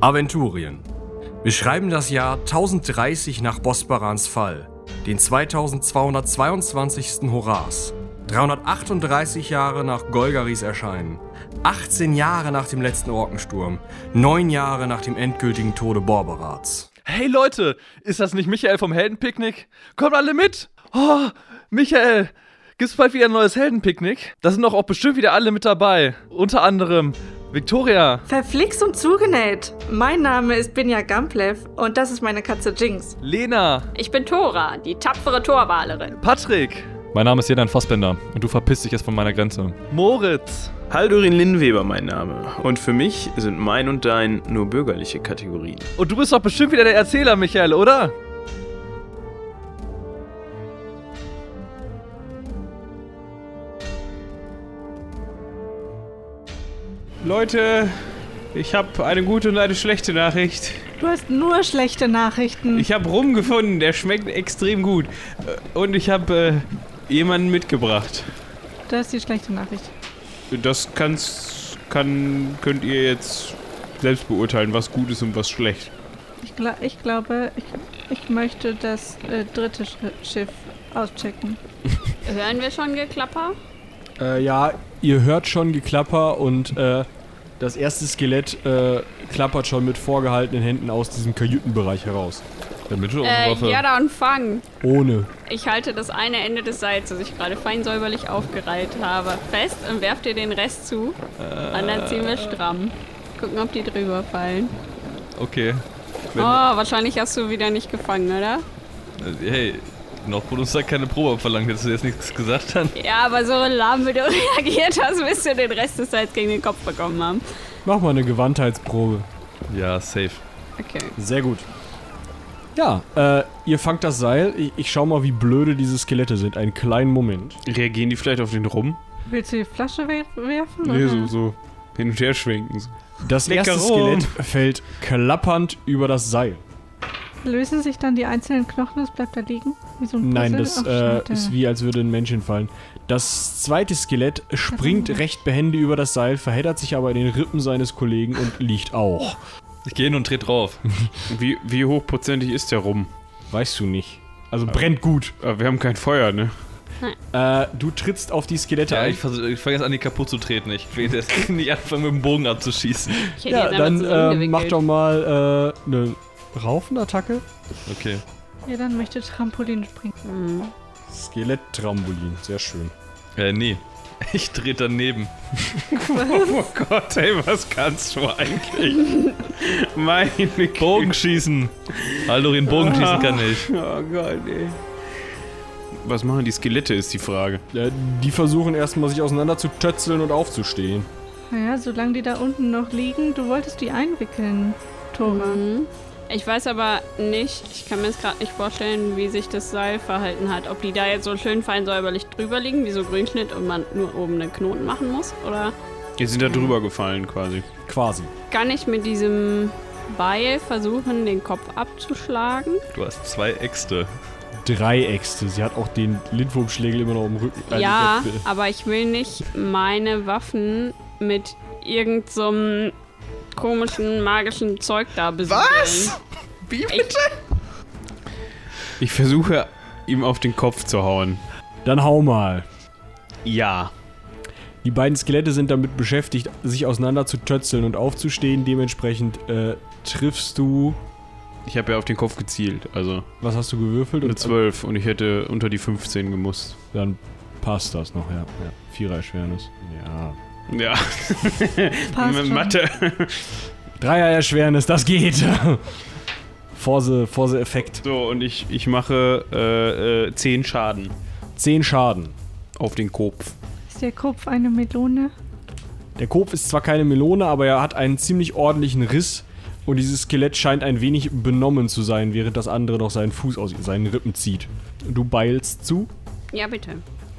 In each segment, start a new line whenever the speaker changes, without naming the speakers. Aventurien. Wir schreiben das Jahr 1030 nach Bosbarans Fall, den 2222. Horas, 338 Jahre nach Golgaris Erscheinen, 18 Jahre nach dem letzten Orkensturm, 9 Jahre nach dem endgültigen Tode Borberats.
Hey Leute, ist das nicht Michael vom Heldenpicknick? Kommt alle mit! Oh, Michael, gibt's bald wieder ein neues Heldenpicknick? Da sind doch auch bestimmt wieder alle mit dabei. Unter anderem Victoria.
Verflixt und zugenäht. Mein Name ist Binja Gamplev und das ist meine Katze Jinx.
Lena.
Ich bin Tora, die tapfere Torwalerin.
Patrick.
Mein Name ist Jedan Fassbender und du verpisst dich jetzt von meiner Grenze.
Moritz.
Haldurin Linnweber mein Name. Und für mich sind mein und dein nur bürgerliche Kategorien.
Und du bist doch bestimmt wieder der Erzähler, Michael, oder?
Leute, ich habe eine gute und eine schlechte Nachricht.
Du hast nur schlechte Nachrichten.
Ich habe Rum gefunden, der schmeckt extrem gut. Und ich habe äh, jemanden mitgebracht.
Das ist die schlechte Nachricht.
Das kann's, kann, könnt ihr jetzt selbst beurteilen, was gut ist und was schlecht.
Ich, gla ich glaube, ich, ich möchte das äh, dritte Sch Schiff auschecken.
Hören wir schon Geklapper?
Äh, ja, ihr hört schon Geklapper und äh, das erste Skelett äh, klappert schon mit vorgehaltenen Händen aus diesem Kajütenbereich heraus.
Der
Äh,
Mittelwaffe.
ja, dann fang.
Ohne.
Ich halte das eine Ende des Seils, das ich gerade fein säuberlich aufgereiht habe, fest und werf dir den Rest zu.
Äh.
Und dann ziehen wir stramm. Gucken, ob die drüber fallen.
Okay.
Oh, wahrscheinlich hast du wieder nicht gefangen, oder?
Hey, noch wurde uns da keine Probe verlangt, hättest du jetzt nichts gesagt dann.
Ja, aber so lahm, wie du reagiert hast, wirst du den Rest des Seils gegen den Kopf bekommen haben.
Mach mal eine Gewandtheitsprobe.
Ja, safe.
Okay.
Sehr gut. Ja, äh, ihr fangt das Seil. Ich, ich schau mal, wie blöde diese Skelette sind. Einen kleinen Moment.
Reagieren die vielleicht auf den Rum?
Willst du die Flasche we werfen?
Nee,
oder?
so, so hin und her schwenken. So.
Das
Lecker
erste
rum.
Skelett fällt klappernd über das Seil.
Lösen sich dann die einzelnen Knochen, das bleibt da liegen? Wie so ein
Nein,
Puzzle?
das
Ach,
äh,
schade.
ist wie, als würde ein Mensch hinfallen. Das zweite Skelett springt recht behende über das Seil, verheddert sich aber in den Rippen seines Kollegen und liegt auch.
Ich gehe hin und trete drauf.
Wie, wie hochprozentig ist der Rum?
Weißt du nicht. Also brennt gut.
Aber wir haben kein Feuer, ne?
Äh, du trittst auf die Skelette
Ja,
ein.
ich, versuch- ich fange jetzt an, die kaputt zu treten. Ich will jetzt nicht anfangen, mit dem Bogen abzuschießen.
Ich hätte
Ja,
jetzt einfach
dann äh,
zusammengewickelt.
mach doch mal äh, eine Raufenattacke.
Okay.
Ja, dann möchte Trampolin springen.
Hm.
Skeletttrampolin, sehr schön.
Äh, nee. Ich trete daneben.
Oh Gott, ey, was kannst du eigentlich? Meine Güte.
Bogenschießen! Aldorin, Bogenschießen kann ich.
Oh Gott, ey. Was machen die Skelette, ist die Frage.
Äh, die versuchen erstmal sich auseinander zu tötzeln und aufzustehen.
Naja, solange die da unten noch liegen, du wolltest die einwickeln, Tora.
Mhm. Ich weiß aber nicht, ich kann mir jetzt gerade nicht vorstellen, wie sich das Seil verhalten hat. Ob die da jetzt so schön fein säuberlich drüber liegen, wie so Grünschnitt und man nur oben einen Knoten machen muss? Oder
Die sind da drüber gefallen quasi.
Quasi.
kann ich mit diesem Beil versuchen, den Kopf abzuschlagen?
Du hast zwei Äxte.
Drei Äxte. Sie hat auch den Lindwurmschlägel immer noch im Rücken. Äh,
ja,
die Äxte.
aber ich will nicht meine Waffen mit irgendeinem so einem komischen magischen Zeug da besiedeln. Was?
Wie
bitte?
Ich versuche, ihm auf den Kopf zu hauen.
Dann hau mal.
Ja.
Die beiden Skelette sind damit beschäftigt, sich auseinander zu tötzeln und aufzustehen. Dementsprechend äh, triffst du.
Ich habe ja auf den Kopf gezielt, also
Was hast du gewürfelt?
eine
Und-
12 und ich hätte unter die 15 gemusst.
Dann passt das noch, ja. ja. Vierer Erschwernis. Ja.
Ja,
Passt schon.
Mathe.
Dreier Erschwernis, das geht. Forse, Forse Effekt.
So, und ich, ich mache äh, äh, 10 Schaden
Zehn Schaden.
auf den Kopf.
Ist der Kopf eine Melone?
Der Kopf ist zwar keine Melone, aber er hat einen ziemlich ordentlichen Riss und dieses Skelett scheint ein wenig benommen zu sein, während das andere noch seinen Fuß aus seinen Rippen zieht. Du beilst zu.
Ja, bitte.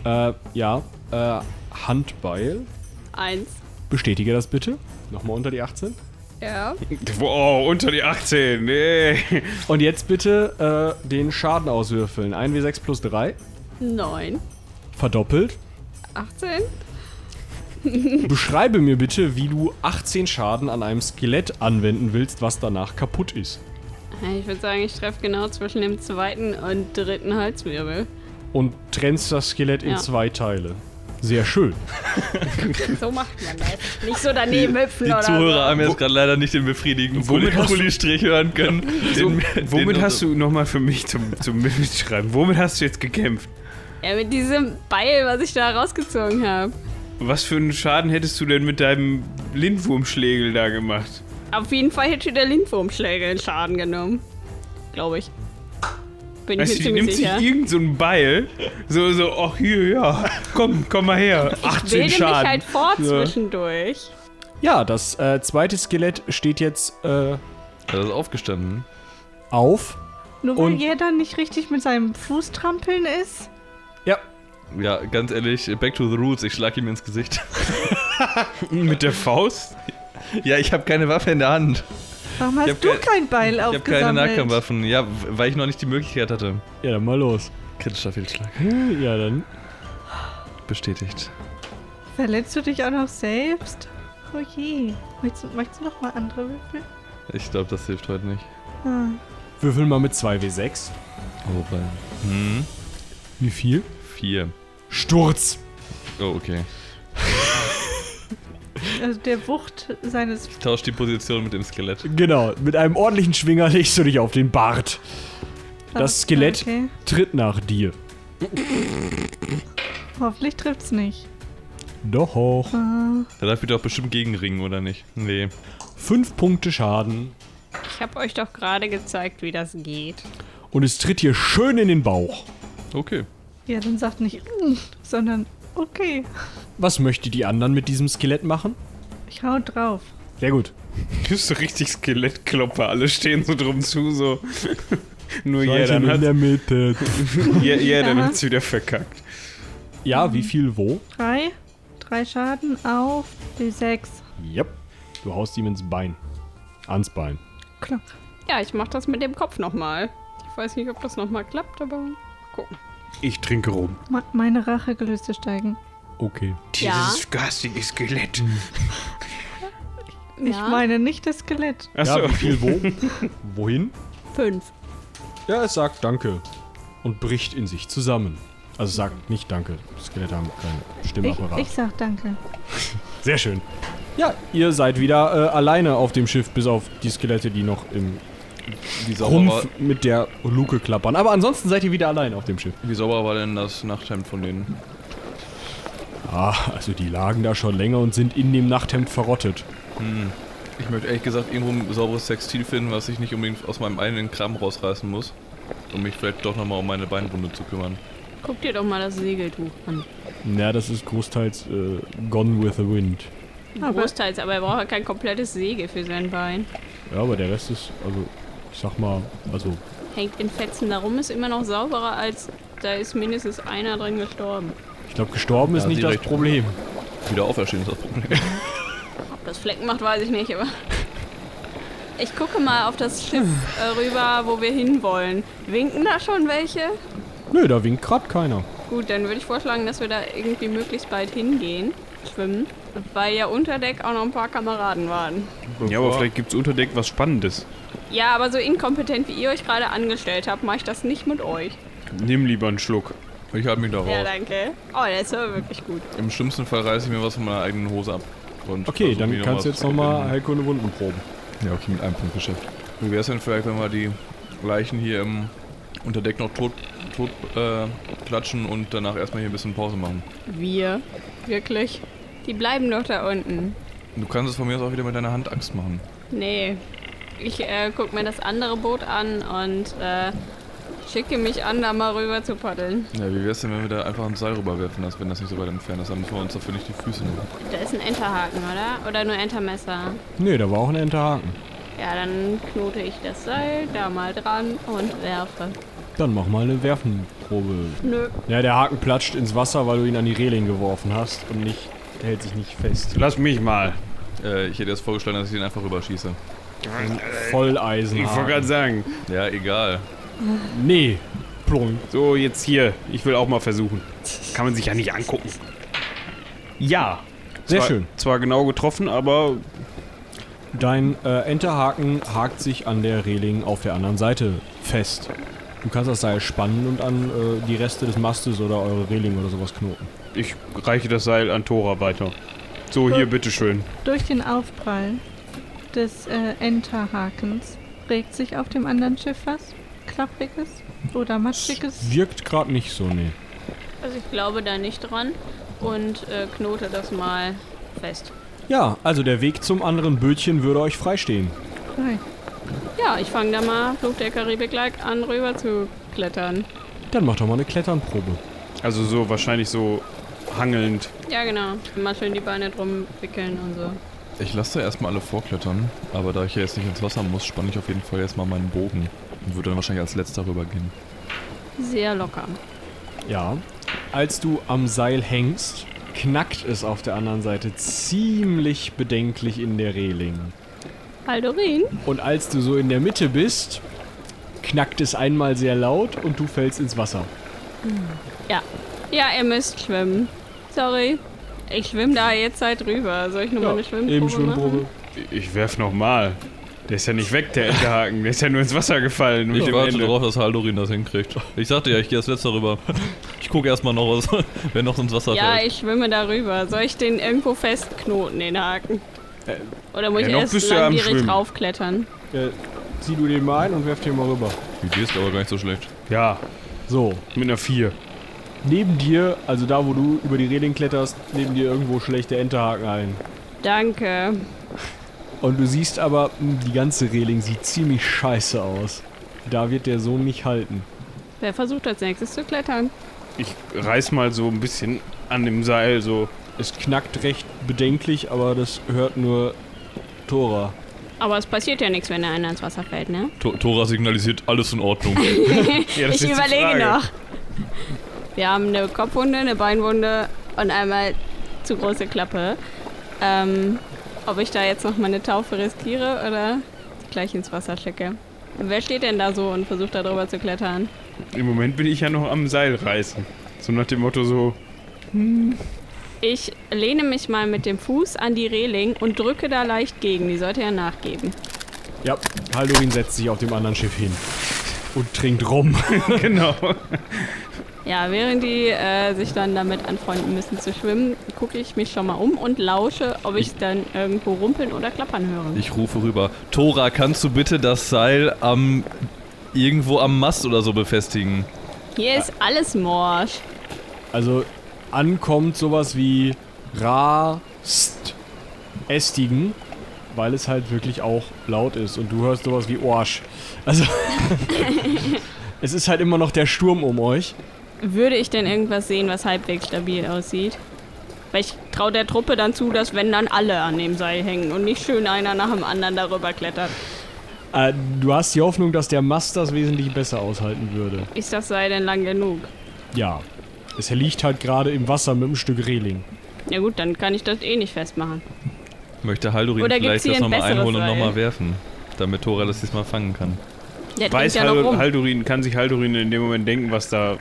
Äh, ja. Äh, Handbeil.
Eins.
Bestätige das bitte. Nochmal unter die 18.
Ja.
Wow, unter die 18. Nee.
Und jetzt bitte äh, den Schaden auswürfeln. 1w6 plus 3.
Neun.
Verdoppelt.
18?
Beschreibe mir bitte, wie du 18 Schaden an einem Skelett anwenden willst, was danach kaputt ist.
Ich würde sagen, ich treffe genau zwischen dem zweiten und dritten Halswirbel.
Und trennst das Skelett in
Ja.
zwei Teile. Sehr schön.
So macht man das. Nicht so daneben hüpfen
Die
oder
Zuhörer haben jetzt gerade leider nicht den befriedigenden
Womit hast du-
Pulli-Strich hören können. Den-
Womit
den-
hast du nochmal für mich zum, zum Mitschreiben? Womit hast du jetzt gekämpft?
Ja, mit diesem Beil, was ich da rausgezogen habe.
Was für einen Schaden hättest du denn mit deinem Lindwurmschlägel da gemacht?
Auf jeden Fall hätte der Lindwurmschläge in Schaden genommen. Glaube ich. Bin
Weißt
ich
du,
mir
die
ziemlich
nimmt
sicher.
sich eh irgend so ein Beil, so, so, ach hier, ja, komm, komm mal her,
ich
18
bilde
Schaden.
mich halt fort
Ja.
zwischendurch.
Ja, das äh, zweite Skelett steht jetzt äh,
Das ist aufgestanden.
auf.
Nur weil
Und-
jeder nicht richtig mit seinem Fuß trampeln ist?
Ja, ganz ehrlich, back to the rules, ich schlag ihm ins Gesicht.
Mit der Faust?
ja, ich habe keine Waffe in der Hand.
Warum
Ich
hast
hab
du
ke-
kein Beil
Ich habe keine
aufgesammelt?
Nahkampfwaffen. Ja, w- weil ich noch nicht die Möglichkeit hatte.
Ja, dann mal los.
Kritischer Fehlschlag.
Ja, dann.
Bestätigt.
Verletzt du dich auch noch selbst? Oh je. Möchtest, du- möchtest du noch mal andere Würfel?
Ich glaube, das hilft heute nicht.
Ah.
Würfel mal mit 2W6.
Oh, bei. Hm,
Wie viel?
vier.
Sturz.
Oh, okay.
Also der Wucht seines...
Ich tausche die Position mit dem Skelett.
Genau, mit einem ordentlichen Schwinger legst du dich auf den Bart. Das Skelett
Okay.
tritt nach dir.
Hoffentlich trifft's nicht.
Doch. hoch.
Da darf ich doch bestimmt gegenringen, oder nicht? Nee.
Fünf Punkte Schaden.
Ich habe euch doch gerade gezeigt, wie das geht.
Und es tritt dir schön in den Bauch.
Okay.
Ja, dann sagt nicht, "Mm", sondern okay.
Was möchte die anderen mit diesem Skelett machen?
Ich hau drauf.
Sehr gut.
Du bist so richtig Skelettklopper, alle stehen so drum zu, so. Nur ne?
So,
ja,
ich bin
dann
in
hat
der Mitte.
ja, ja, dann hat's wieder verkackt.
Ja, wie viel wo?
Drei. Drei Schaden auf D6.
Yep. Du haust ihm ins Bein. Ans Bein.
Klack.
Ja, ich mache das mit dem Kopf nochmal. Ich weiß nicht, ob das nochmal klappt, aber mal gucken.
Ich trinke rum.
Me- Meine Rachegelüste steigen.
Okay.
Ja.
Dieses garstige Skelett.
Ich
Ja.
meine nicht das Skelett.
Achso,
Ja, wie viel wo? Wohin?
Fünf.
Ja, es sagt Danke. Und bricht in sich zusammen. Also es sagt nicht Danke. Skelette haben keinen
Ich,
Stimmapparat.
ich sag danke.
Sehr schön. Ja, ihr seid wieder äh, alleine auf dem Schiff, bis auf die Skelette, die noch im
Wie sauber,
Rumpf mit der Luke klappern. Aber ansonsten seid ihr wieder allein auf dem Schiff.
war, wie sauber war denn das Nachthemd von denen?
Ah, also die lagen da schon länger und sind in dem Nachthemd verrottet.
Ich möchte ehrlich gesagt irgendwo ein sauberes Textil finden, was ich nicht unbedingt aus meinem eigenen Kram rausreißen muss. Um mich vielleicht doch nochmal um meine Beinwunde zu kümmern.
Guck dir doch mal das Segeltuch an.
Na, das ist großteils äh, Gone with the Wind.
Aber-
Großteils, aber er braucht ja kein komplettes Segel für sein Bein.
Ja, aber der Rest ist, also, ich sag mal, also,
Hängt in Fetzen darum, ist immer noch sauberer als da ist mindestens einer drin gestorben.
ich glaube, gestorben ist
Ja,
nicht
sie
das
recht.
Problem.
Also Wieder auferstehen ist das Problem.
Ob das Flecken macht, weiß ich nicht, aber. Ich gucke mal auf das Schiff äh, rüber, wo wir hinwollen. Winken da schon welche?
Nö, da winkt grad keiner.
Gut, dann würde ich vorschlagen, dass wir da irgendwie möglichst bald hingehen. Schwimmen. Weil ja unter Deck auch noch ein paar Kameraden waren.
Ja, aber vielleicht gibt's unter Deck was Spannendes.
Ja, aber so inkompetent, wie ihr euch gerade angestellt habt, mache ich das nicht mit euch.
Nimm lieber einen Schluck.
Ich halte mich da raus.
Ja, danke. Oh, der ist aber wirklich gut.
Im schlimmsten Fall reiße ich mir was von meiner eigenen Hose ab. Und
Okay,
versuche
dann
mich
kannst
Also, mal
du jetzt
zu
nochmal
finden.
Heilkunde Wunden proben.
Ja, okay, mit einem Punkt beschäftigt. Wie wäre es denn vielleicht, wenn wir die Leichen hier im Unterdeck noch tot, tot äh, klatschen und danach erstmal hier ein bisschen Pause machen?
Wir? Wirklich? Die bleiben doch da unten.
Du kannst es von mir aus auch wieder mit deiner Handaxt machen.
Nee. Ich äh, guck mir das andere Boot an und äh, schicke mich an, da mal rüber zu paddeln.
Ja, wie wäre es denn, wenn wir da einfach ein Seil rüberwerfen, dass, wenn das nicht so weit entfernt ist, dann müssen wir uns dafür nicht die Füße nehmen.
Da ist ein Enterhaken, oder? Oder nur Entermesser?
Nee, da war auch ein Enterhaken.
Ja, dann knote ich das Seil da mal dran und werfe.
Dann mach mal eine Werfenprobe.
Nö.
Ja, der Haken platscht ins Wasser, weil du ihn an die Reling geworfen hast und nicht, der hält sich nicht fest.
Lass mich mal.
Äh, ich hätte jetzt vorgeschlagen, dass ich den einfach rüberschieße.
Volleisen.
Ah.
Ich wollte gerade sagen.
Ja, egal.
Nee. Plong.
So, jetzt hier. Ich will auch mal versuchen. Kann man sich ja nicht angucken. Ja.
Sehr
zwar,
schön.
Zwar genau getroffen, aber
Dein äh, Enterhaken hakt sich an der Reling auf der anderen Seite fest. Du kannst das Seil spannen und an äh, die Reste des Mastes oder eure Reling oder sowas knoten.
ich reiche das Seil an Tora weiter. So, hier, bitteschön.
Durch den Aufprall des äh, Enterhakens regt sich auf dem anderen Schiff was Klappriges oder Matschiges.
Wirkt gerade nicht so, nee.
Also ich glaube da nicht dran und äh, knote das mal fest.
Ja, also der Weg zum anderen Bötchen würde euch freistehen.
Nein.
Ja, ich fange da mal Flug der Karibik like an rüber zu klettern.
Dann mach doch mal eine Kletternprobe.
Also so, wahrscheinlich so hangelnd.
Ja, genau. Mal schön die Beine drum wickeln und so.
Ich lasse erstmal alle vorklettern, aber da ich ja jetzt nicht ins Wasser muss, spanne ich auf jeden Fall erstmal meinen Bogen und würde dann wahrscheinlich als letzter rübergehen.
Sehr locker.
Ja. Als du am Seil hängst, knackt es auf der anderen Seite ziemlich bedenklich in der Reling.
Aldorin?
Und als du so in der Mitte bist, knackt es einmal sehr laut und du fällst ins Wasser.
Ja, ihr müsst schwimmen. Sorry. Ich schwimme da jetzt halt rüber. Soll ich nochmal eine Schwimmprobe
eben
machen?
Schwimmprobe.
Ich werf nochmal. Der ist ja nicht weg, der Enterhaken. Der ist ja nur ins Wasser gefallen. mit
Ich
dem
warte
Ende.
drauf, dass Haldorin das hinkriegt. Ich sagte ja, ich gehe als letzter rüber. Ich gucke erstmal noch, was, wer noch ins Wasser
Ja,
fällt.
ich schwimme darüber. Soll ich den irgendwo festknoten, den Haken? Oder muss
Äh, ja,
ich
noch
erst
bist du ja am
langwierig
Schwimmen.
raufklettern?
Äh, zieh du den mal ein und werf den mal rüber.
Die Idee ist aber gar nicht so schlecht.
Ja,
So,
mit einer 4.
neben dir, also da wo du über die Reling kletterst, neben dir irgendwo schlägt der Enterhaken ein.
Danke.
Und du siehst aber, mh, die ganze Reling sieht ziemlich scheiße aus. Da wird der Sohn nicht halten.
Wer versucht als nächstes zu klettern?
Ich reiß mal so ein bisschen an dem Seil so.
Es knackt recht bedenklich, aber das hört nur Tora.
Aber es passiert ja nichts, wenn er einer ins Wasser fällt, ne?
To Tora signalisiert, alles in Ordnung.
Ja, das ist
ich
die
überlege
Frage.
noch. Wir haben eine Kopfwunde, eine Beinwunde und einmal zu große Klappe. Ähm, ob ich da jetzt noch meine Taufe riskiere oder gleich ins Wasser schicke. Wer steht denn da so und versucht da drüber zu klettern?
Im Moment bin ich ja noch am Seil reißen. So nach dem Motto so,
Ich lehne mich mal mit dem Fuß an die Reling und drücke da leicht gegen. Die sollte ja nachgeben.
Ja, Haldorin setzt sich auf dem anderen Schiff hin. Und trinkt rum.
genau.
Ja, während die äh, sich dann damit anfreunden müssen zu schwimmen, gucke ich mich schon mal um und lausche, ob ich dann irgendwo rumpeln oder klappern höre.
Ich rufe rüber. Tora, kannst du bitte das Seil am irgendwo am Mast oder so befestigen?
Hier
Ah.
ist alles morsch.
Also ankommt sowas wie Rast ästigen, weil es halt wirklich auch laut ist und du hörst sowas wie Orsch. Also es ist halt immer noch der Sturm um euch.
Würde ich denn irgendwas sehen, was halbwegs stabil aussieht? Weil ich traue der Truppe dann zu, dass wenn dann alle an dem Seil hängen und nicht schön einer nach dem anderen darüber klettert.
Äh, du hast die Hoffnung, dass der Mast das wesentlich besser aushalten würde.
Ist das Seil denn lang genug?
Ja. Es liegt halt gerade im Wasser mit einem Stück Reling.
Ja gut, dann kann ich das eh nicht festmachen.
Möchte Haldorin
Oder gibt's
vielleicht
hier
das
ein
nochmal
besseres
einholen und
Seil?
nochmal werfen, damit Tora das diesmal fangen kann.
Der
Weiß
trinkt ja noch
Hal-
rum.
Haldurin, kann sich Haldurin in dem Moment denken, was da.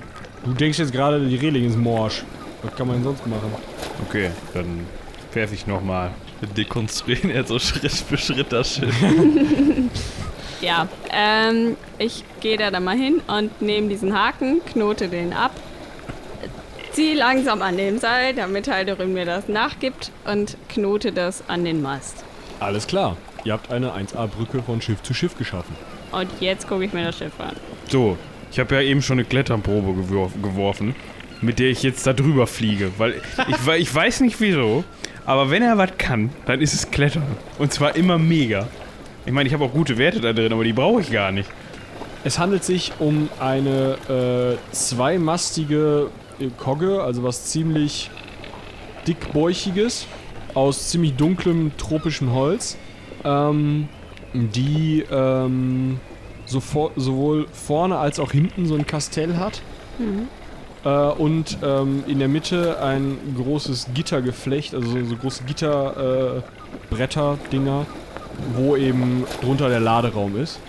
Du denkst jetzt gerade, die Reling ist morsch. Was kann man denn sonst machen?
Okay, dann werf ich nochmal.
Wir dekonstruieren jetzt so Schritt für Schritt das Schiff.
Ja, ähm, ich gehe da dann mal hin und nehme diesen Haken, knote den ab, zieh langsam an dem Seil, damit Halderin mir das nachgibt und knote das an den Mast.
Alles klar. Ihr habt eine 1A-Brücke von Schiff zu Schiff geschaffen.
Und jetzt gucke ich mir das Schiff an.
So, ich habe ja eben schon eine Kletternprobe gewor geworfen, mit der ich jetzt da drüber fliege. Weil ich, we- ich weiß nicht wieso, aber wenn er was kann, dann ist es Klettern. Und zwar immer mega. Ich meine, ich habe auch gute Werte da drin, aber die brauche ich gar nicht.
Es handelt sich um eine äh, zweimastige äh, Kogge, also was ziemlich dickbäuchiges, aus ziemlich dunklem tropischem Holz, ähm, die ähm, so vor, sowohl vorne als auch hinten so ein Kastell hat äh, und ähm, in der Mitte ein großes Gittergeflecht, also so, so große Gitterbretter, äh, Bretter, Dinger, wo eben drunter der Laderaum ist.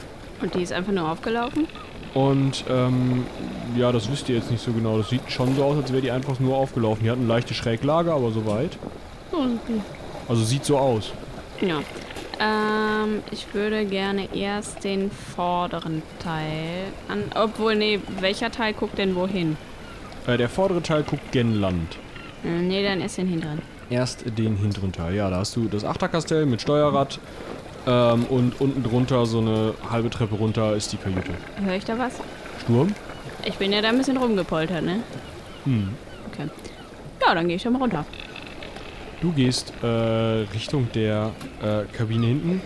Und die ist einfach nur aufgelaufen?
Und ähm, ja, das wisst ihr jetzt nicht so genau. Das sieht schon so aus, als wäre die einfach nur aufgelaufen. Die hat eine leichte Schräglage, aber soweit.
unten.
Also sieht so aus.
Ja. Ähm, ich würde gerne erst den vorderen Teil an. Obwohl, nee, welcher Teil guckt denn wohin?
Äh, der vordere Teil guckt gen Land.
Äh, Nee, dann ist den hinteren.
Erst den hinteren Teil. Ja, da hast du das Achterkastell mit Steuerrad. Ähm, und unten drunter, so eine halbe Treppe runter, ist die Kajüte.
Höre ich da was?
Sturm?
Ich bin ja da ein bisschen rumgepoltert, ne?
Hm.
Okay. Ja, dann gehe ich da mal runter.
Du gehst äh, Richtung der äh, Kabine hinten.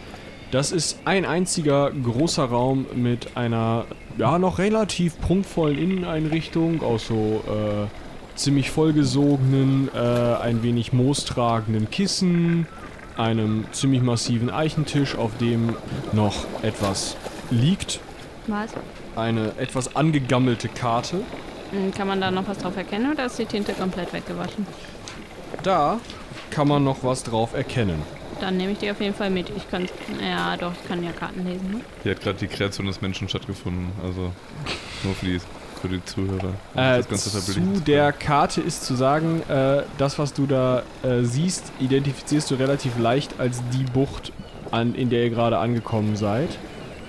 Das ist ein einziger großer Raum mit einer ja noch relativ prunkvollen Inneneinrichtung aus so äh, ziemlich vollgesogenen, äh, ein wenig moostragenden Kissen, einem ziemlich massiven Eichentisch, auf dem noch etwas liegt,
Was?
eine etwas angegammelte Karte.
Hm, Kann man da noch was drauf erkennen oder ist die Tinte komplett weggewaschen?
Da kann man noch was drauf erkennen.
Dann nehme ich die auf jeden Fall mit. Ich kann. Ja, doch, ich kann ja Karten lesen, ne?
Hier hat gerade die Kreation des Menschen stattgefunden. Also nur für die, für die Zuhörer. um
Äh,
das Ganze verbildlichen
zu
können.
der Karte ist zu sagen, äh, das, was du da äh, siehst, identifizierst du relativ leicht als die Bucht, an, in der ihr gerade angekommen seid.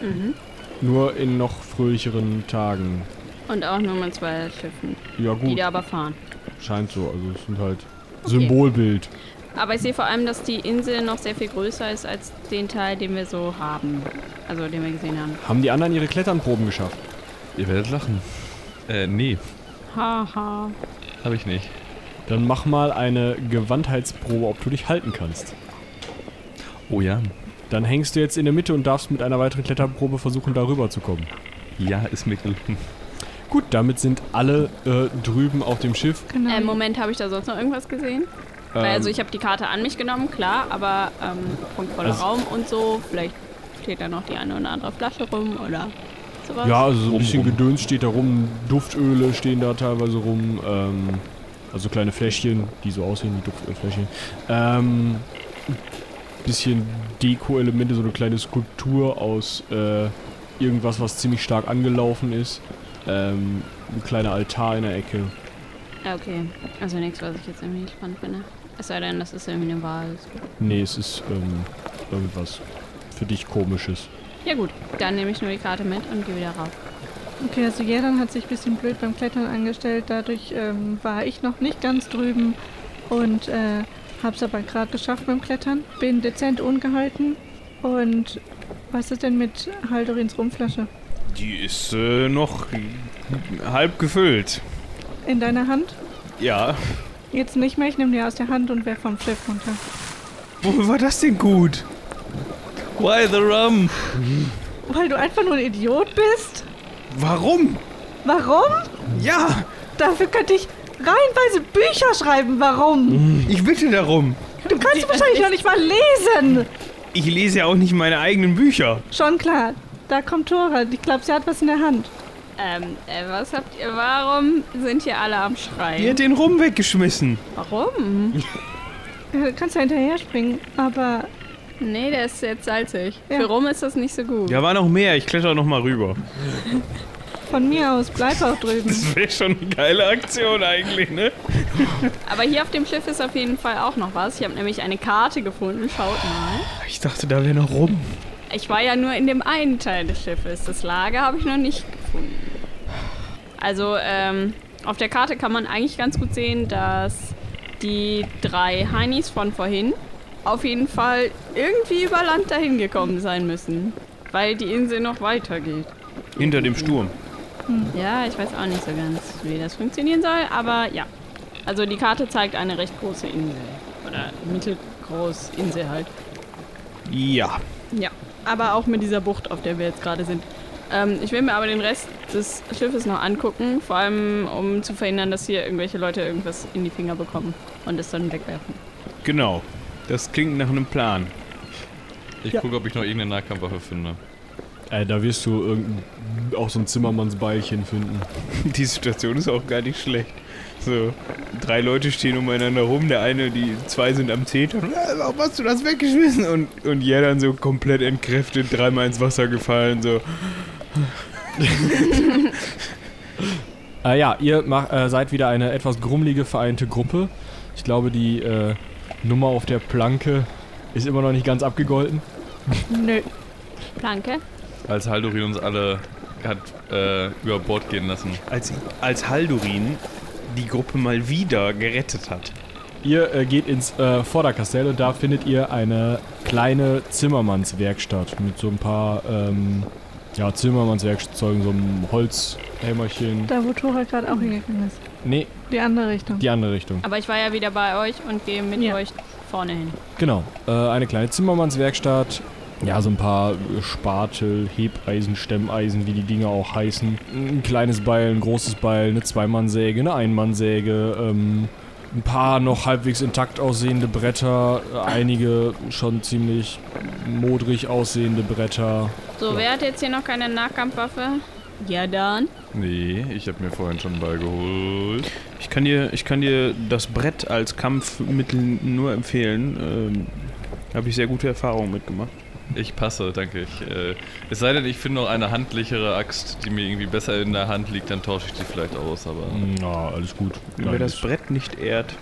Mhm.
Nur in noch fröhlicheren Tagen.
Und auch nur mit zwei Schiffen,
Ja
die
gut,
da aber fahren.
scheint so. Also es sind halt Symbolbild.
Aber ich sehe vor allem, dass die Insel noch sehr viel größer ist als den Teil, den wir so haben. Also den wir gesehen haben.
Haben die anderen ihre Kletternproben geschafft?
Ihr werdet lachen. Äh, nee,
Haha.
habe ich nicht.
Dann mach mal eine Gewandheitsprobe, ob du dich halten kannst.
Oh ja.
Dann hängst du jetzt in der Mitte und darfst mit einer weiteren Kletterprobe versuchen, darüber zu kommen.
Ja, ist mir gelungen.
Gut, damit sind alle äh, drüben auf dem Schiff.
Genau.
Äh, Moment, habe ich da sonst noch irgendwas gesehen?
Ähm.
Weil, also ich habe die Karte an mich genommen, klar, aber ähm, prunkvoller
Also-
Raum und so. Vielleicht steht da noch die eine oder andere Flasche rum oder sowas.
Ja, also so ein
Rum,
bisschen
rum.
Gedöns steht da rum, Duftöle stehen da teilweise rum, ähm, also kleine Fläschchen, die so aussehen wie Duftfläschchen. Ähm, bisschen Deko-Elemente, so eine kleine Skulptur aus äh, irgendwas, was ziemlich stark angelaufen ist. Ähm, ein kleiner Altar in der Ecke.
Ja, Okay, also nichts, was ich jetzt irgendwie nicht spannend finde. Es sei denn, das ist irgendwie eine Wahl.
Nee, es ist ähm, irgendwas für dich komisches.
Ja gut, dann nehme ich nur die Karte mit und gehe wieder rauf.
Okay, also Jeran hat sich ein bisschen blöd beim Klettern angestellt. Dadurch ähm, war ich noch nicht ganz drüben und äh, hab's aber gerade geschafft beim Klettern. Bin dezent ungehalten. Und was ist denn mit Haldorins Rumflasche?
Die ist äh, noch halb gefüllt.
In deiner Hand?
Ja.
Jetzt nicht mehr, ich nehme dir aus der Hand und werf vom Schiff runter.
Wo war das denn gut?
Why the rum?
Weil du einfach nur ein Idiot bist?
Warum?
Warum?
Ja,
Dafür könnte ich reihenweise Bücher schreiben. Warum?
ich bitte darum.
Du kannst wahrscheinlich noch nicht mal lesen.
Ich lese ja auch nicht meine eigenen Bücher.
Schon klar. Da kommt Tora. Ich glaube, sie hat was in der Hand.
Ähm, äh, was habt ihr, warum sind hier alle am Schreien?
Die hat den Rum weggeschmissen.
Warum?
Ja, Du Äh, kannst ja hinterher springen, aber
Nee, der ist jetzt salzig.
Ja.
Für Rum ist das nicht so gut.
Da war noch mehr, ich kletter noch mal rüber.
von mir aus bleib auch drüben.
Das wäre schon eine geile Aktion eigentlich, ne?
Aber hier auf dem Schiff ist auf jeden Fall auch noch was. Ich habe nämlich eine Karte gefunden, schaut mal.
Ich dachte, da wäre noch Rum.
Ich war ja nur in dem einen Teil des Schiffes. Das Lager habe ich noch nicht gefunden. Also, ähm, auf der Karte kann man eigentlich ganz gut sehen, dass die drei Heinis von vorhin auf jeden Fall irgendwie über Land dahin gekommen sein müssen. Weil die Insel noch weitergeht.
Hinter dem Sturm.
Ja, ich weiß auch nicht so ganz, wie das funktionieren soll, aber ja. Also die Karte zeigt eine recht große Insel. Oder mittelgroß Insel halt.
Ja.
Ja, aber auch mit dieser Bucht, auf der wir jetzt gerade sind. Ähm, ich will mir aber den Rest des Schiffes noch angucken, vor allem um zu verhindern, dass hier irgendwelche Leute irgendwas in die Finger bekommen und es dann wegwerfen.
Genau. Das klingt nach einem Plan.
Ich gucke, ob ich noch irgendeine Nahkampfwaffe finde.
Äh, da wirst du irgendein, auch so ein Zimmermannsbeilchen finden.
Die Situation ist auch gar nicht schlecht. So, drei Leute stehen umeinander rum, der eine, die zwei sind am Täter. Warum hast du das weggeschmissen? Und, und ja, dann so komplett entkräftet, dreimal ins Wasser gefallen, so.
Äh, ja, ihr mach, äh, seid wieder eine etwas grummelige vereinte Gruppe. Ich glaube, die äh, Nummer auf der Planke ist immer noch nicht ganz abgegolten.
Nö.
Planke.
Als Haldurin uns alle hat äh, über Bord gehen lassen.
Als, als Haldurin die Gruppe mal wieder gerettet hat.
Ihr äh, geht ins äh, Vorderkastell und da findet ihr eine kleine Zimmermannswerkstatt mit so ein paar ähm, ja, Zimmermannswerkzeugen, so einem Holzhämmerchen.
Da, wo Tora gerade auch hingegangen ist.
Nee,
Die andere Richtung.
die andere Richtung.
Aber ich war ja wieder bei euch und gehe mit
Ja.
euch vorne hin.
Genau, äh, eine kleine Zimmermannswerkstatt. Ja, so ein paar äh, Spatel, Hebeisen, Stemmeisen, wie die Dinger auch heißen. Ein kleines Beil, ein großes Beil, eine Zweimannsäge, eine Einmannsäge, ähm, ein paar noch halbwegs intakt aussehende Bretter, äh, einige schon ziemlich modrig aussehende Bretter.
So, wer hat jetzt hier noch keine Nahkampfwaffe? Ja, dann.
Nee, ich habe mir vorhin schon einen Ball geholt.
Ich kann dir, ich kann dir das Brett als Kampfmittel nur empfehlen. Ähm, Habe ich sehr gute Erfahrungen mitgemacht.
Ich passe, danke. Ich, äh, es sei denn, ich finde noch eine handlichere Axt, die mir irgendwie besser in der Hand liegt, dann tausche ich die vielleicht aus, aber.
Na, alles gut.
Wer
Nein,
das
ist-
Brett nicht ehrt.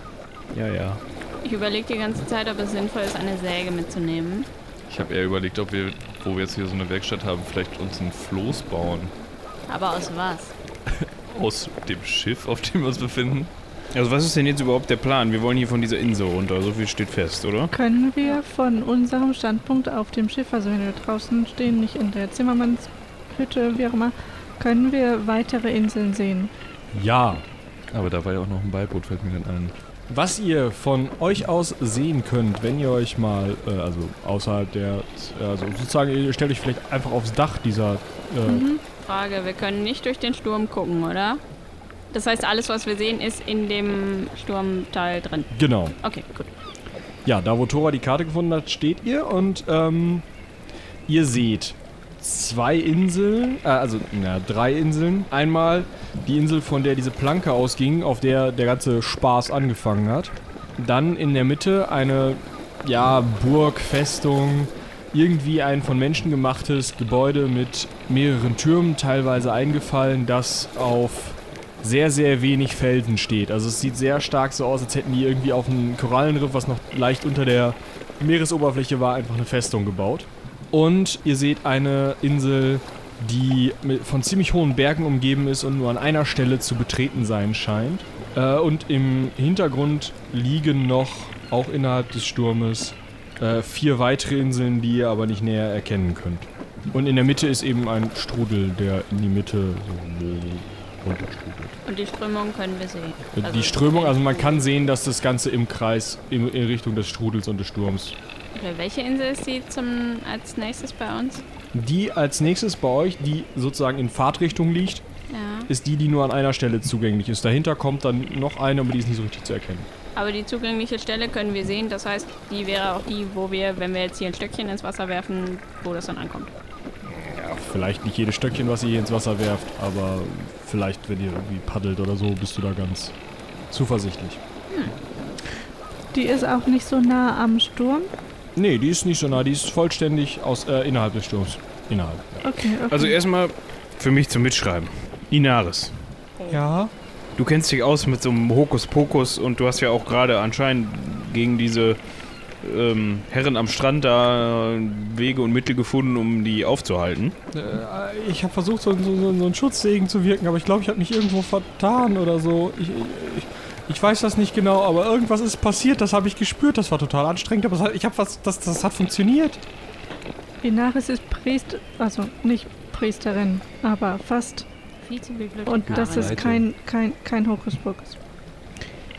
Ja, ja.
Ich überlege die ganze Zeit, ob es sinnvoll ist, eine Säge mitzunehmen.
Ich habe eher überlegt, ob wir, wo wir jetzt hier so eine Werkstatt haben, vielleicht uns einen Floß bauen.
Aber aus was?
Aus dem Schiff, auf dem wir uns befinden.
Also was ist denn jetzt überhaupt der Plan? Wir wollen hier von dieser Insel runter. So viel steht fest, oder?
Können wir von unserem Standpunkt auf dem Schiff, also wenn wir draußen stehen, nicht in der Zimmermannshütte, wie auch immer, können wir weitere Inseln sehen?
Ja,
Aber da war ja auch noch ein Beiboot, fällt mir dann ein.
Was ihr von euch aus sehen könnt, wenn ihr euch mal, äh, also außerhalb der, also sozusagen, ihr stellt euch vielleicht einfach aufs Dach dieser, äh,
Frage, wir können nicht durch den Sturm gucken, oder? Das heißt, alles, was wir sehen, ist in dem Sturmteil drin.
genau.
Okay, gut.
Ja, da wo Tora die Karte gefunden hat, steht ihr und ähm, ihr seht zwei Inseln, äh, also na, drei Inseln. Einmal die Insel, von der diese Planke ausging, auf der der ganze Spaß angefangen hat. Dann in der Mitte eine, ja, Burg, Festung, irgendwie ein von Menschen gemachtes Gebäude mit mehreren Türmen, teilweise eingefallen, das auf sehr, sehr wenig Felsen steht. Also es sieht sehr stark so aus, als hätten die irgendwie auf einem Korallenriff, was noch leicht unter der Meeresoberfläche war, einfach eine Festung gebaut. Und ihr seht eine Insel, die mit, von ziemlich hohen Bergen umgeben ist und nur an einer Stelle zu betreten sein scheint. Äh, und im Hintergrund liegen noch, auch innerhalb des Sturmes, äh, vier weitere Inseln, die ihr aber nicht näher erkennen könnt. Und in der Mitte ist eben ein Strudel, der in die Mitte so runterstrudelt.
Und die Strömung können wir sehen. Also-
Die Strömung, also man kann sehen, dass das Ganze im Kreis in, in Richtung des Strudels und des Sturms.
Okay, welche Insel ist die zum, als nächstes bei uns?
Die als nächstes bei euch, die sozusagen in Fahrtrichtung liegt,
Ja.
ist die, die nur an einer Stelle zugänglich ist. Dahinter kommt dann noch eine, aber die ist nicht so richtig zu erkennen.
Aber die zugängliche Stelle können wir sehen. Das heißt, die wäre auch die, wo wir, wenn wir jetzt hier ein Stöckchen ins Wasser werfen, wo das dann ankommt.
Vielleicht nicht jedes Stöckchen, was ihr hier ins Wasser werft, aber vielleicht, wenn ihr irgendwie paddelt oder so, bist du da ganz zuversichtlich.
Die ist auch nicht so nah am Sturm.
Nee, die ist nicht so nah, die ist vollständig aus, äh, innerhalb des Sturms. Innerhalb.
Okay, okay.
Also erstmal für mich zum Mitschreiben. Inaris.
Ja.
Du kennst dich aus mit so einem Hokuspokus und du hast ja auch gerade anscheinend gegen diese ähm, Herren am Strand da äh, Wege und Mittel gefunden, um die aufzuhalten.
Äh, Ich habe versucht, so, so, so, so einen Schutzsegen zu wirken, aber ich glaube, ich habe mich irgendwo vertan oder so. Ich, ich, ich weiß das nicht genau, aber irgendwas ist passiert, das habe ich gespürt. Das war total anstrengend, aber es hat- ich habe was, das, das hat funktioniert.
Inaris ist Priester, also nicht Priesterin, aber fast.
Viel zu viel Glück.
Und das ist kein, kein, kein Hokuspokus.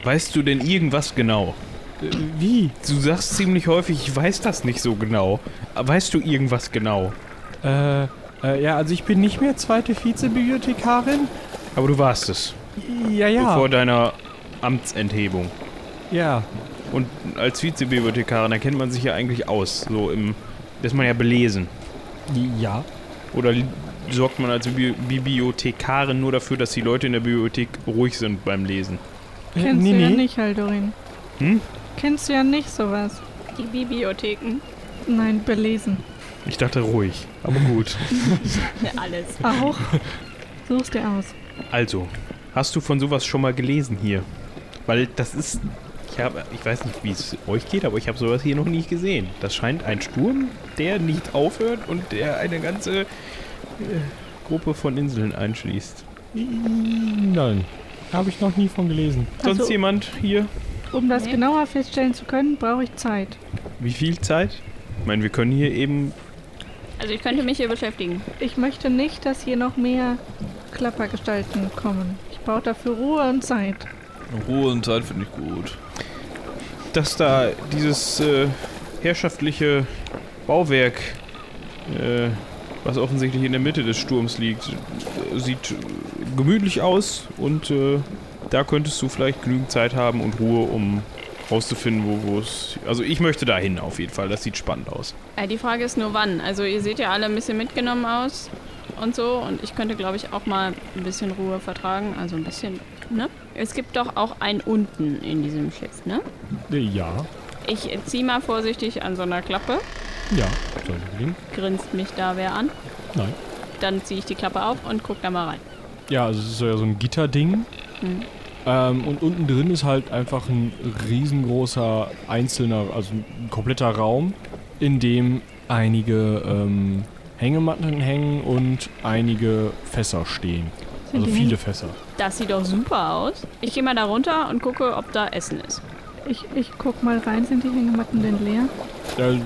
Weißt du denn irgendwas genau?
Äh, Wie?
Du sagst ziemlich häufig, ich weiß das nicht so genau. Weißt du irgendwas genau?
Äh, äh, ja, also ich bin nicht mehr zweite Vizebibliothekarin.
Aber du warst es.
Ja, ja.
Vor deiner Amtsenthebung.
ja.
Und als Vizebibliothekarin, da kennt man sich ja eigentlich aus. So im. Da ist man ja belesen.
Ja.
Oder li- sorgt man als Bibli- Bibliothekarin nur dafür, dass die Leute in der Bibliothek ruhig sind beim Lesen?
Kennst
nee,
du ja
nee.
nicht, Haldorin.
Hm?
Kennst du ja nicht sowas.
Die Bibliotheken.
Nein, belesen.
Ich dachte ruhig, aber gut.
Alles.
Auch. Such's dir aus.
also, hast du von sowas schon mal gelesen hier? Weil das ist Ich, habe, ich weiß nicht, wie es euch geht, aber ich habe sowas hier noch nicht gesehen. Das scheint ein Sturm, der nicht aufhört und der eine ganze äh, Gruppe von Inseln einschließt.
Nein. Habe ich noch nie von gelesen.
Sonst
Also-
jemand hier?
Um das
Nee.
genauer feststellen zu können, brauche ich Zeit.
Wie viel Zeit? Ich meine, wir können hier eben.
Also ich könnte mich hier beschäftigen.
Ich möchte nicht, dass hier noch mehr Klappergestalten kommen. Ich brauche dafür Ruhe und Zeit.
Ruhe und Zeit finde ich gut.
Dass da dieses äh, herrschaftliche Bauwerk, äh, was offensichtlich in der Mitte des Sturms liegt, äh, sieht äh, gemütlich aus und äh, da könntest du vielleicht genügend Zeit haben und Ruhe, um rauszufinden, wo wo es. Also ich möchte da hin auf jeden Fall. Das sieht spannend aus.
Äh, die Frage ist nur wann. Also ihr seht ja alle ein bisschen mitgenommen aus und so. Und ich könnte, glaube ich, auch mal ein bisschen Ruhe vertragen. Also ein bisschen, ne? Es gibt doch auch ein unten in diesem Schiff, ne?
Äh, Ja.
Ich ziehe mal vorsichtig an so einer Klappe.
Ja. Sollte gelingen.
Grinst mich da wer an.
Nein.
Dann ziehe ich die Klappe auf und guck da mal rein.
Ja, also es ist so ja so ein Gitterding.
Mhm.
Ähm, und unten drin ist halt einfach ein riesengroßer einzelner, also ein kompletter Raum, in dem einige ähm, Hängematten hängen und einige Fässer stehen. Also
die
viele Fässer.
Das sieht doch super aus. Ich gehe mal da runter und gucke, ob da Essen ist.
Ich, ich guck mal rein, sind die Hängematten denn leer?
Ja, sie-